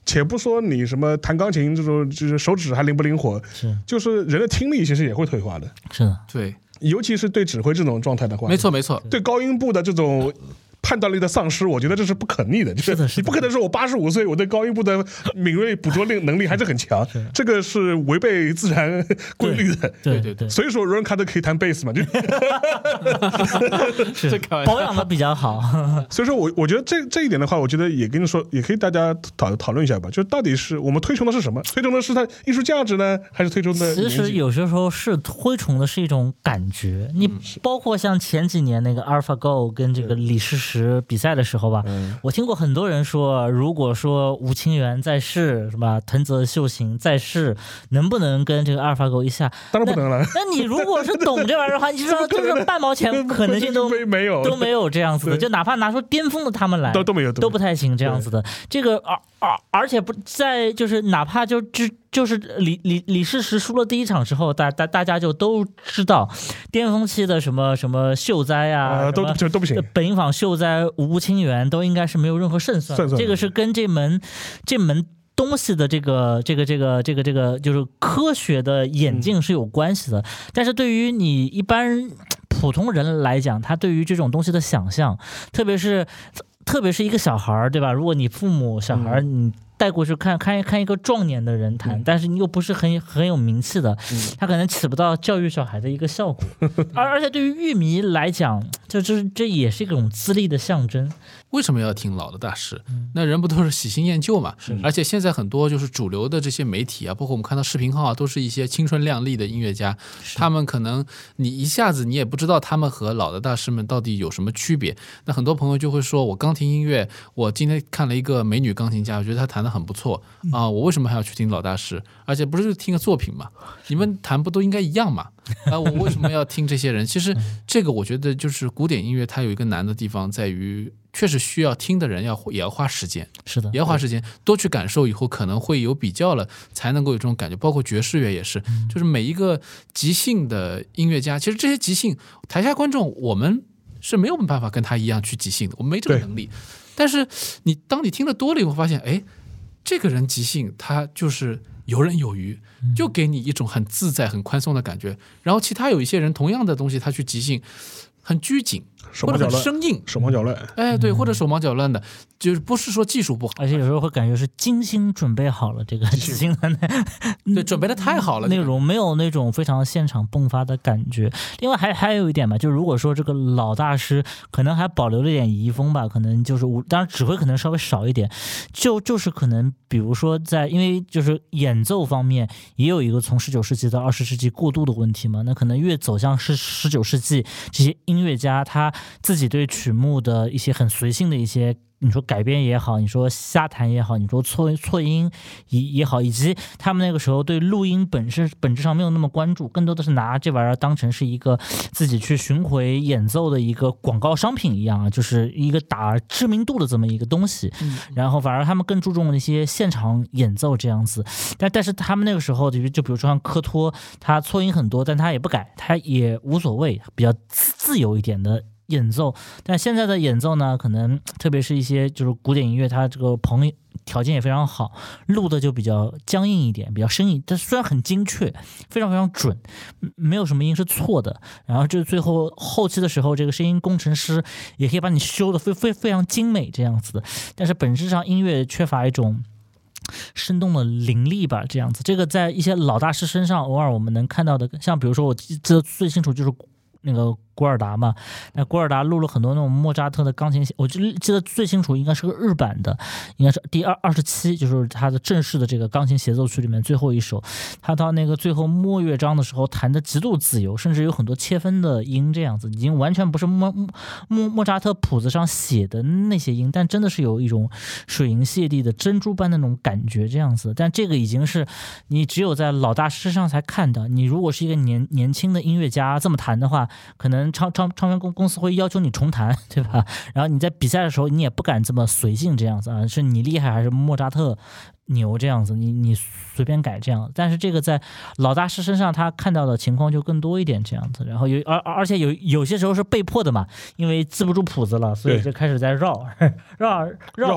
C: 且不说你什么弹钢琴这种，就是手指还灵不灵活，
D: 是
C: 就是人的听力其实也会退化的，
D: 是的，
B: 对，
C: 尤其是对指挥这种状态的话，
B: 没，错没错，
C: 对高音部的这种。判断力的丧失，我觉得这是不可逆的。就是
D: 的是
C: 你
D: 的
C: 不可能说我八十五岁，我对高音部的敏锐捕捉力能力还是很强，这个是违背自然规律的。
D: 对
B: 对对
D: 对，
C: 所以说，罗伦卡德可以弹贝 斯嘛？就
B: 这
D: 是
B: 开玩笑
D: 保养的比较好。
C: 所以说我我觉得这这一点的话，我觉得也跟你说，也可以大家讨讨论一下吧。就到底是我们推崇的是什么？推崇的是它艺术价值呢，还是推崇的
D: 其
C: 年
D: 实
C: 纪嗯
D: 有些时候是推崇的是一种感觉，你包括像前几年那个 AlphaGo 跟这个李世石比赛的时候吧，
C: 嗯
D: 我听过很多人说，如果说吴清源在世是吧，藤泽秀行在世，能不能跟这个 AlphaGo 一下？
C: 当然不能了，
D: 那你如果是懂这玩意儿的话，你 知道就是半毛钱可能性都
C: 没 没有
D: 都没有这样子的，
C: 对
D: 就哪怕拿出巅峰的他们来，
C: 都都没有
D: 都不太行这样子的。这个而而而且不在就是哪怕就只就是李李李世石输了第一场之后，大大大家就都知道巅峰期的什么什么秀哉啊，
C: 啊，都
D: 什么
C: 就都不行。
D: 本因坊秀哉、吴清源都应该是没有任何胜算的，
C: 胜算
D: 这个是跟这门这门。东西的这个这个这个这个这个就是科学的演进是有关系的，但是对于你一般普通人来讲，他对于这种东西的想象，特别是特别是一个小孩儿，对吧？如果你父母小孩儿你带过去看看看一个壮年的人弹，但是你又不是很很有名气的，他可能起不到教育小孩的一个效果。而而且对于乐迷来讲，这这这也是一种资历的象征。
B: 为什么要听老的大师？那人不都是喜新厌旧嘛？而且现在很多就是主流的这些媒体啊，包括我们看到视频号啊，都是一些青春靓丽的音乐家，他们可能你一下子你也不知道他们和老的大师们到底有什么区别。那很多朋友就会说，我刚听音乐，我今天看了一个美女钢琴家，我觉得她弹得很不错啊、我为什么还要去听老大师？而且不是听个作品嘛？你们弹不都应该一样嘛？啊，我为什么要听这些人？其实这个我觉得就是古典音乐，它有一个难的地方在于，确实需要听的人要也要花时间，
D: 是的
B: 也，要花时间多去感受，以后可能会有比较了，才能够有这种感觉。包括爵士乐也是，
C: 嗯
B: 就是每一个即兴的音乐家，其实这些即兴台下观众我们是没有办法跟他一样去即兴的，我们没这个
C: 对
B: 能力。但是你当你听得多了以后，发现哎，这个人即兴他就是游刃有余，
C: 嗯
B: 就给你一种很自在、很宽松的感觉。然后其他有一些人同样的东西，他去即兴，很拘谨，
C: 手
B: 或
C: 忙
B: 者
C: 脚
B: 很
C: 乱，嗯
B: 生硬，
C: 手忙脚乱。
B: 哎，对，或者手忙脚乱的，就是不是说技术不好，
D: 而且有时候会感觉是精心准备好了这个
C: 心
D: 紫金蓝的
B: 对，准备的太好了，
D: 内容，没有嗯那种非常现场迸发的感觉。另外还还有一点吧，就是如果说这个老大师可能还保留了一点遗风吧，可能就是我当然指挥可能稍微少一点，就就是可能比如说在因为就是演奏方面也有一个从十九世纪到二十世纪过渡的问题嘛，那可能越走向是十九世纪，这些音乐家他自己对曲目的一些很随性的一些。你说改编也好，你说瞎弹也好，你说错错音也也好，以及他们那个时候对录音本身本质上没有那么关注，更多的是拿这玩意儿当成是一个自己去巡回演奏的一个广告商品一样啊，就是一个打知名度的这么一个东西。
B: 嗯
D: 然后反而他们更注重一些现场演奏这样子。但但是他们那个时候，就就比如说像科托，他错音很多，但他也不改，他也无所谓，比较自自由一点的。演奏，但现在的演奏呢，可能特别是一些就是古典音乐，它这个棚条件也非常好，录的就比较僵硬一点，比较生硬。它虽然很精确，非常非常准，嗯没有什么音是错的。然后就是最后后期的时候，这个声音工程师也可以把你修的非非非常精美这样子的。但是本质上音乐缺乏一种生动的灵力吧，这样子。这个在一些老大师身上，偶尔我们能看到的，像比如说我记记得最清楚就是古。那个古尔达嘛，那古尔达录了很多那种莫扎特的钢琴协，我就记得最清楚应该是个日版的，应该是第二二十七，就是他的正式的这个钢琴协奏曲里面最后一首，他到那个最后末乐章的时候弹的极度自由，甚至有很多切分的音这样子，已经完全不是莫莫莫扎特谱子上写的那些音，但真的是有一种水银泻地的珍珠般的那种感觉，这样子。但这个已经是你只有在老大师上才看到。你如果是一个年年轻的音乐家这么弹的话，可能唱唱唱片公公司会要求你重弹， 对吧？然后你在比赛的时候，你也不敢这么随性这样子啊，是你厉害还是莫扎特牛这样子？你你随便改这样。但是这个在老大师身上，他看到的情况就更多一点这样子。然后有而而而且有有些时候是被迫的嘛，因为记不住谱子了，所以
C: 对
D: 就开始在绕 绕绕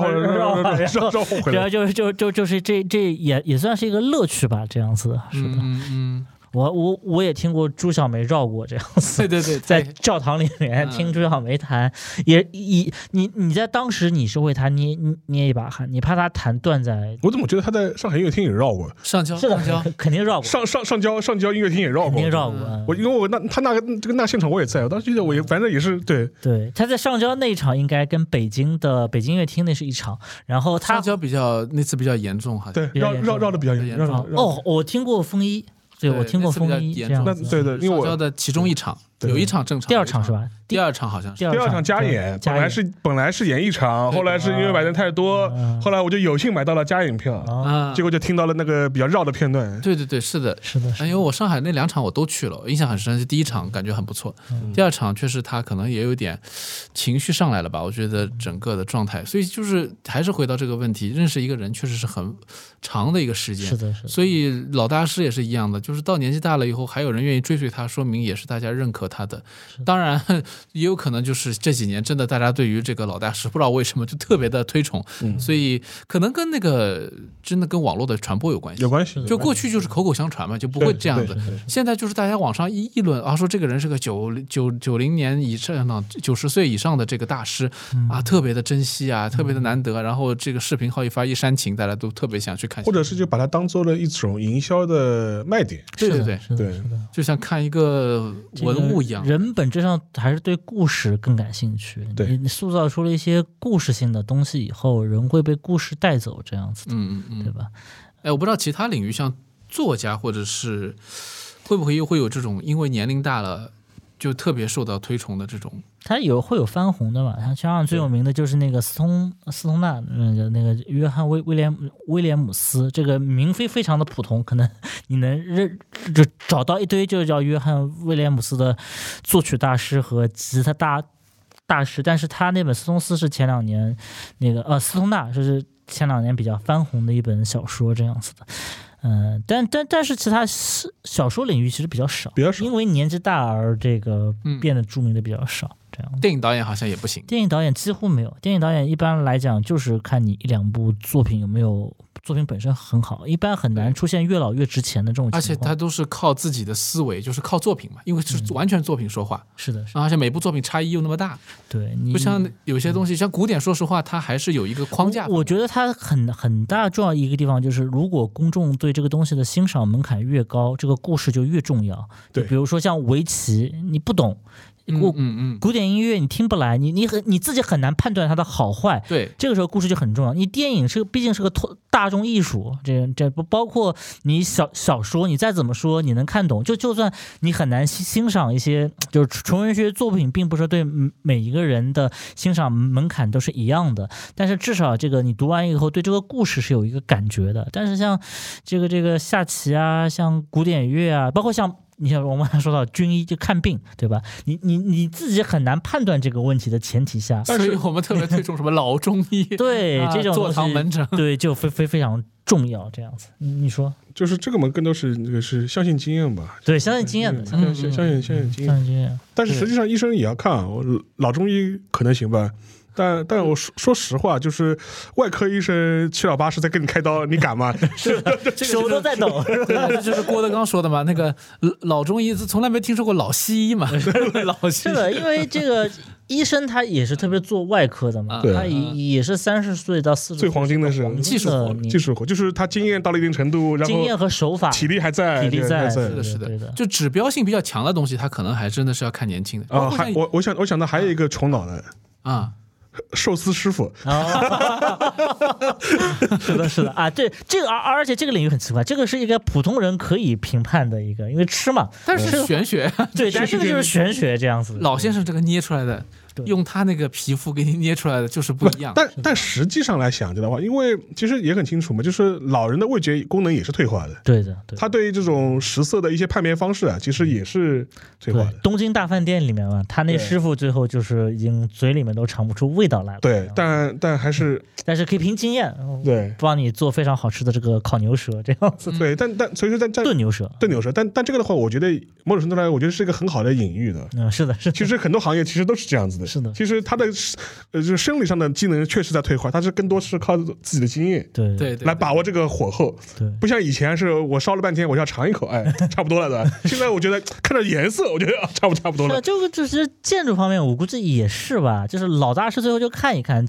C: 绕
D: 啊绕啊
C: 绕
D: 然 后
C: 绕回
D: 然
C: 来
D: 后，啊就就就就是这这也也算是一个乐趣吧，这样子。是的，
B: 嗯嗯，
D: 我我我也听过朱小梅绕过这样子
B: 对，对对，
D: 在
B: 对
D: 教堂里面
B: 嗯
D: 听朱小梅弹，也也你你在当时你是会弹捏捏捏一把汗，你怕她弹断在
C: 我怎么觉得他在上海音乐厅也绕过，
B: 上交
D: 是的
B: 上交，，
D: 肯定绕过，
C: 上上上交上交音乐厅也绕
D: 肯定
C: 过。
D: 绕过。
C: 我
D: 嗯
C: 因为我那他那个这个那现场我也在，我当时记得我也反正也是对
D: 对，她在上交那一场应该跟北京的北京音乐厅那是一场，然后她
B: 上交比较那次比较严重，好像
C: 对
D: 比较
C: 绕
D: 严
C: 绕
D: 重
C: 绕的比较
B: 比较严
C: 严，绕
B: 重
C: 绕
D: 哦
C: 绕
D: 哦，我听过风衣，对
B: 对
D: 我听过
B: 那次比较
D: 风衣这
B: 严
D: 样
B: 重
C: 那
D: 子，
C: 对对，因为
B: 嗯上交
C: 我
B: 的其中一场
C: 对
B: 有一场正常，
D: 第二
B: 有一
D: 场是？吧？
B: 第二场好像是。
D: 第二
C: 第二场加
D: 对
C: 演，
D: 加
C: 本来是本来是演一场，
B: 对
C: 后来是因为买的太多
D: 嗯，
C: 后来我就有幸买到了加演票，
D: 啊，
B: 啊，
C: 结果就听到了那个比较绕的片段。
B: 对对对，是的。
D: 是的，是
B: 哎
D: 的
B: 呦，我上海那两场我都去了，我印象很深。是第一场感觉很不错，
D: 嗯
B: 第二场确实他可能也有点情绪上来了吧，我觉得整个的状态。所以就是还是回到这个问题，认识一个人确实是很长的一个时间
D: 是。的，是的，
B: 所以老大师也是一样的，就是到年纪大了以后，还有人愿意追随他，说明也是大家认可他的。当然，也有可能就是这几年真的大家对于这个老大师不知道为什么就特别的推崇，
C: 嗯
B: 所以可能跟那个真的跟网络的传播有关系
C: 有。关系，
B: 就过去就是口口相传嘛，就不会这样子
C: 对。
B: 现在就是大家网上议议论啊，说这个人是个九九九零年以上的九十岁以上的这个大师
D: 嗯
B: 啊，特别的珍惜啊，特别的难得。然后这个视频号一发一煽情，大家都特别想去看。
C: 或者是就把它当做了一种营销的卖点。
B: 对对
D: 是的
B: 对，
D: 是的
C: 对
D: 是的
B: 就像看一个
D: 这个
B: 文物一样。
D: 人本质上还是对故事更感兴趣。
C: 对
D: 你你塑造出了一些故事性的东西以后，人会被故事带走，这样子，
B: 嗯嗯
D: 对
B: 嗯。
D: 吧？
B: 哎，我不知道其他领域，像作家或者是会不会又会有这种因为年龄大了就特别受到推崇的这种。
D: 他有会有翻红的嘛？他加上最有名的就是那个斯通斯通纳，那个那个约翰威威廉姆威廉姆斯，这个名非非常的普通，可能你能认就找到一堆就是叫约翰威廉姆斯的作曲大师和吉他大大师，但是他那本斯通斯是前两年那个呃斯通纳是前两年比较翻红的一本小说这样子的。嗯，但但但是其他小小说领域其实比较少，
C: 比较少
D: 因为年纪大而这个
B: 嗯
D: 变得著名的比较少，这样。
B: 电影导演好像也不行。
D: 电影导演几乎没有，电影导演一般来讲就是看你一两部作品有没有作品本身很好，一般很难出现越老越值钱的这种情况。
B: 而且他都是靠自己的思维，就是靠作品嘛，因为是完全作品说话，
D: 是嗯的，是嗯的
B: 而且每部作品差异又那么大，
D: 对你
B: 不像有些东西，像古典，说实话，它还是有一个框架。
D: 我觉得它很很大重要一个地方就是，如果公众对这个东西的欣赏门槛越高，这个故事就越重要。
C: 对
D: 就比如说像围棋，你不懂，
B: 嗯
D: 我
B: 嗯嗯，
D: 古典音乐你听不来，你你很你自己很难判断它的好坏。
B: 对，
D: 这个时候故事就很重要。你电影是毕竟是个托大众艺术，这这不包括你小小说，你再怎么说你能看懂，就就算你很难欣欣赏一些就是纯文学作品，并不是对每一个人的欣赏门槛都是一样的，但是至少这个你读完以后对这个故事是有一个感觉的。但是像这个这个下棋啊，像古典乐啊，包括像。你像我们还说到军医就看病，对吧？你你你自己很难判断这个问题的前提下，
B: 所以我们特别推崇什么老中医，
D: 对
B: 啊
D: 这种
B: 坐
D: 东
B: 堂
D: 西
B: 门诊，
D: 对，就非非非常重要这样子。你你说
C: 就是这个嘛，更多是那个是相信经验吧，
D: 对，相信经验的，
C: 相
D: 嗯
C: 信
D: 嗯
C: 相信相信经验
D: 相。信经验，
C: 但是实际上医生也要看啊，我老中医可能行吧，但但我说说实话，就是外科医生七老八十在给你开刀，你敢吗？
D: 手都在抖。
B: 对啊， 这就是郭德纲说的嘛，那个老老中医从来没听说过老西医嘛， 老西
D: 是
B: 医
D: 的，因为这个医生他也是特别做外科的嘛，
B: 对
D: 他也也是三十岁到四十
C: 啊最黄金的是
B: 技术活
D: 你
C: 技术活，就是他经验到了一定程度，然
D: 经
C: 后
D: 验和手法，
C: 体力还在，
D: 体力
C: 对还
D: 在
C: 在
B: 是。的，是的，
D: 对的
B: 就指标性比较强的东西，它可能还真的是要看年轻的。
C: 啊，
B: 包
D: 哦
B: 括像
C: 还我我想我想到还有一个重脑的
B: 啊，
C: 寿司师傅，
D: 啊是的，是的啊，对这个而而且这个领域很奇怪，这个是一个普通人可以评判的一个，因为吃嘛，
B: 但是玄学，
D: 对，但这个就是玄学这样子的，
B: 老先生这个捏出来的，
D: 对
B: 用他那个皮肤给你捏出来的就是不一样。
C: 但但实际上来想这的话，因为其实也很清楚嘛，就是老人的味觉功能也是退化的，
D: 对的，对的
C: 他对于这种食色的一些判别方式啊，其实也是退化
D: 对
C: 的。，
D: 东京大饭店里面嘛，他那
C: 对
D: 师傅最后就是已经嘴里面都尝不出味道来了。
C: 对，但但还是
D: 但是可以凭经验，嗯
C: 对
D: 帮你做非常好吃的这个烤牛舌，这样
B: 嗯
D: 子
C: 对，但但所以说在在
D: 炖牛舌。
C: 炖牛舌，但但这个的话，我觉得某种程度来，我觉得是一个很好的隐喻的。
D: 嗯，是的，是的，
C: 其实很多行业其实都是这样子的，
D: 是的
C: 其实他的呃，就是生理上的技能确实在退化，他是更多是靠自己的经验
D: 对
B: 对对
C: 来把握这个火候，
D: 对
C: 不像以前是我烧了半天，我要尝一口，哎， 差不多了的。现在我觉得看着颜色，我觉得啊差不差不多
D: 那
C: 了。
D: 这个 就是建筑方面，我估计也是吧，就是老大师最后就看一看，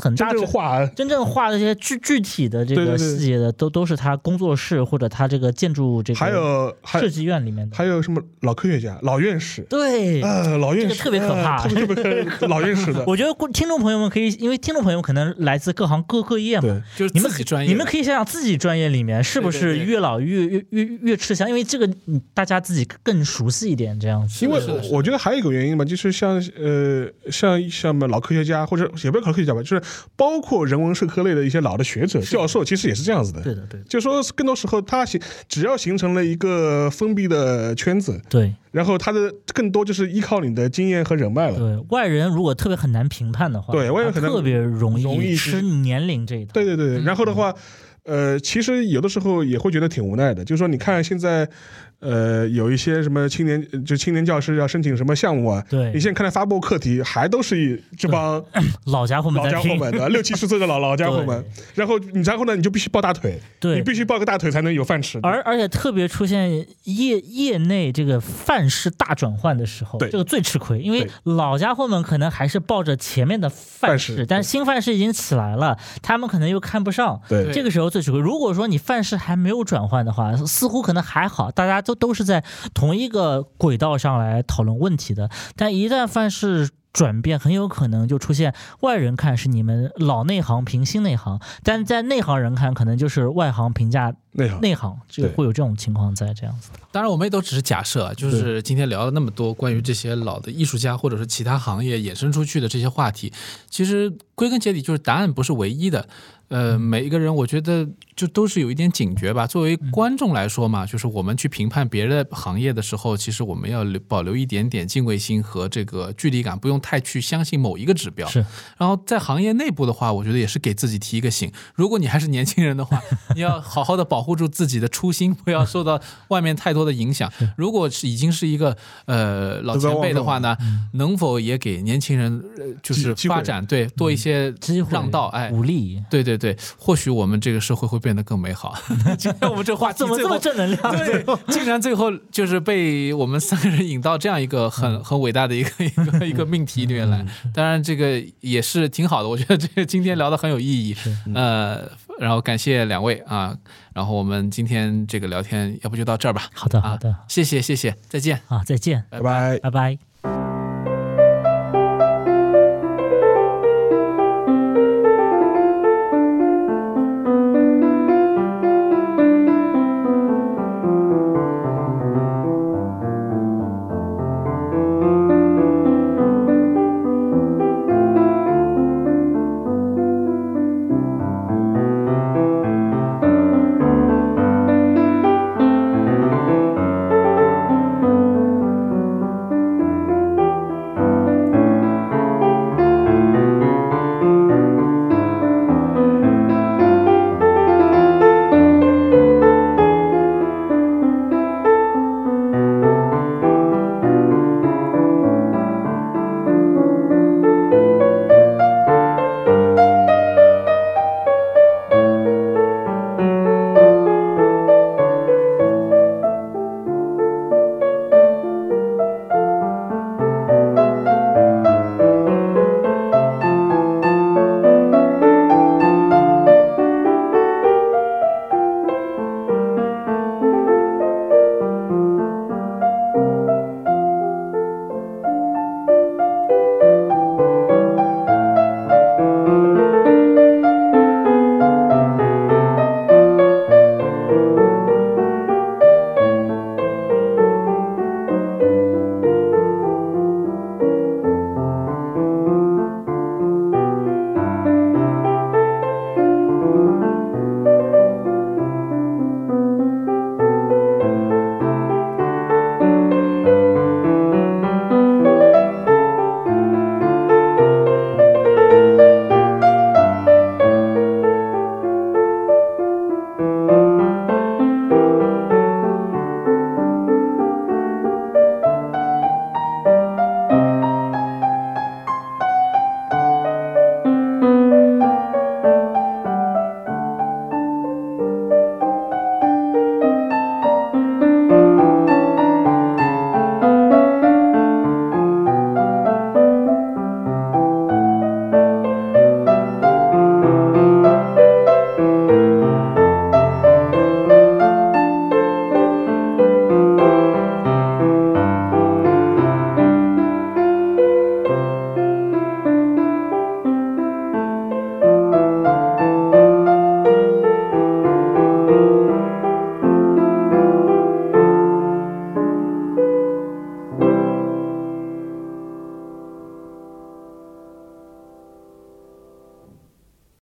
D: 很
C: 真
D: 大
C: 正
D: 致
C: 画
D: 真正画的这些具具体的这
C: 对
D: 个
C: 对对
D: 细节的，都都是他工作室或者他这个建筑这个
C: 还有还
D: 设计院里面的。
C: 还有什么老科学家、老院士，
D: 对，
C: 呃，老院
D: 这
C: 士
D: 个特别可
C: 哎
D: 怕
C: 特别特别 可老院士的，
D: 我觉得观听众朋友们可以，因为听众朋友们可能来自各行各各业嘛，
C: 对。
B: 就是
D: 你们
B: 自
D: 可
B: 己专业的，
D: 你们可以想想自己专业里面是不
B: 对
D: 是
B: 对对
D: 越老越越越越吃香，因为这个嗯大家自己更熟悉一点这样子。
C: 因为
B: 是的是的
C: 我觉得还有一个原因吧，就是像呃像像老科学家或者也不是老科学家吧，就是包括人文社科类的一些老的学者、教授，其实也是这样子的。
D: 对的，对的，
C: 就说更多时候他形只要形成了一个封闭的圈子，
D: 对
C: 然后他的更多就是依靠你的经验和人脉了。
D: 对，外人如果特别很难评判的话，
C: 对外人很难
D: 特别容
C: 容易
D: 吃年龄这一套。
C: 对对对，
B: 嗯
C: 然后的话，呃，其实有的时候也会觉得挺无奈的，就是说你看现在，呃，有一些什么青年就青年教师要申请什么项目啊，
D: 对
C: 你现在看他发布课题，还都是一这帮
D: 老家伙们
C: 老
D: 在
C: 家伙
D: 听，
C: 们的六七十岁的老老家伙们，然后你然后呢，你就必须抱大腿，你
D: 对。
C: 必须抱个大腿才能有饭吃。
D: 而而且特别出现业业内这个范式大转换的时候，
C: 对
D: 这个最吃亏，因为
C: 对
D: 老家伙们可能还是抱着前面的范
C: 范
D: 式，
C: 式
D: 但新范式已经起来了，他们可能又看不上，
C: 对
D: 这个时候最吃亏。如果说你范式还没有转换的话，似乎可能还好，大家都都是在同一个轨道上来讨论问题的。但一旦范式转变，很有可能就出现外人看是你们老内行评新内行，但在内行人看可能就是外行评价
C: 那样
D: 内行，这个
C: 对
D: 会有这种情况在这样子的。
B: 当然，我们也都只是假设啊，就是今天聊了那么多关于这些老的艺术家或者是其他行业衍生出去的这些话题，其实归根结底就是答案不是唯一的。呃，每一个人我觉得就都是有一点警觉吧。作为观众来说嘛，就是我们去评判别的行业的时候，其实我们要留保留一点点敬畏心和这个距离感，不用太去相信某一个指标。
D: 是，
B: 然后在行业内部的话，我觉得也是给自己提一个醒。如果你还是年轻人的 话，你要好好的保护住自己的初心，不要受到外面太多的影响。如果是已经是一个呃老前辈的话呢，
D: 嗯
B: 能否也给年轻人呃就是
C: 机机会
B: 发展对多一些
D: 嗯机会嗯
B: 让道？哎，
D: 鼓励，
B: 对对对对，或许我们这个社会会变得更美 好。今天我们这话题
D: 怎么
B: 最
D: 这么
B: 后
D: 正 能量？
B: 对，竟然最后就是被我们三个人引到这样一个很很伟大的一个一个一个命题里面来。当然，这个也是挺好的，我觉得这个今天聊的很有意义。呃，然后感谢两位啊，然后我们今天这个聊天要不就到这儿吧。
D: 好的，
B: 啊
D: 好的，
B: 谢谢谢谢，再见。
D: 啊，再见，
C: 拜拜。
D: 拜拜。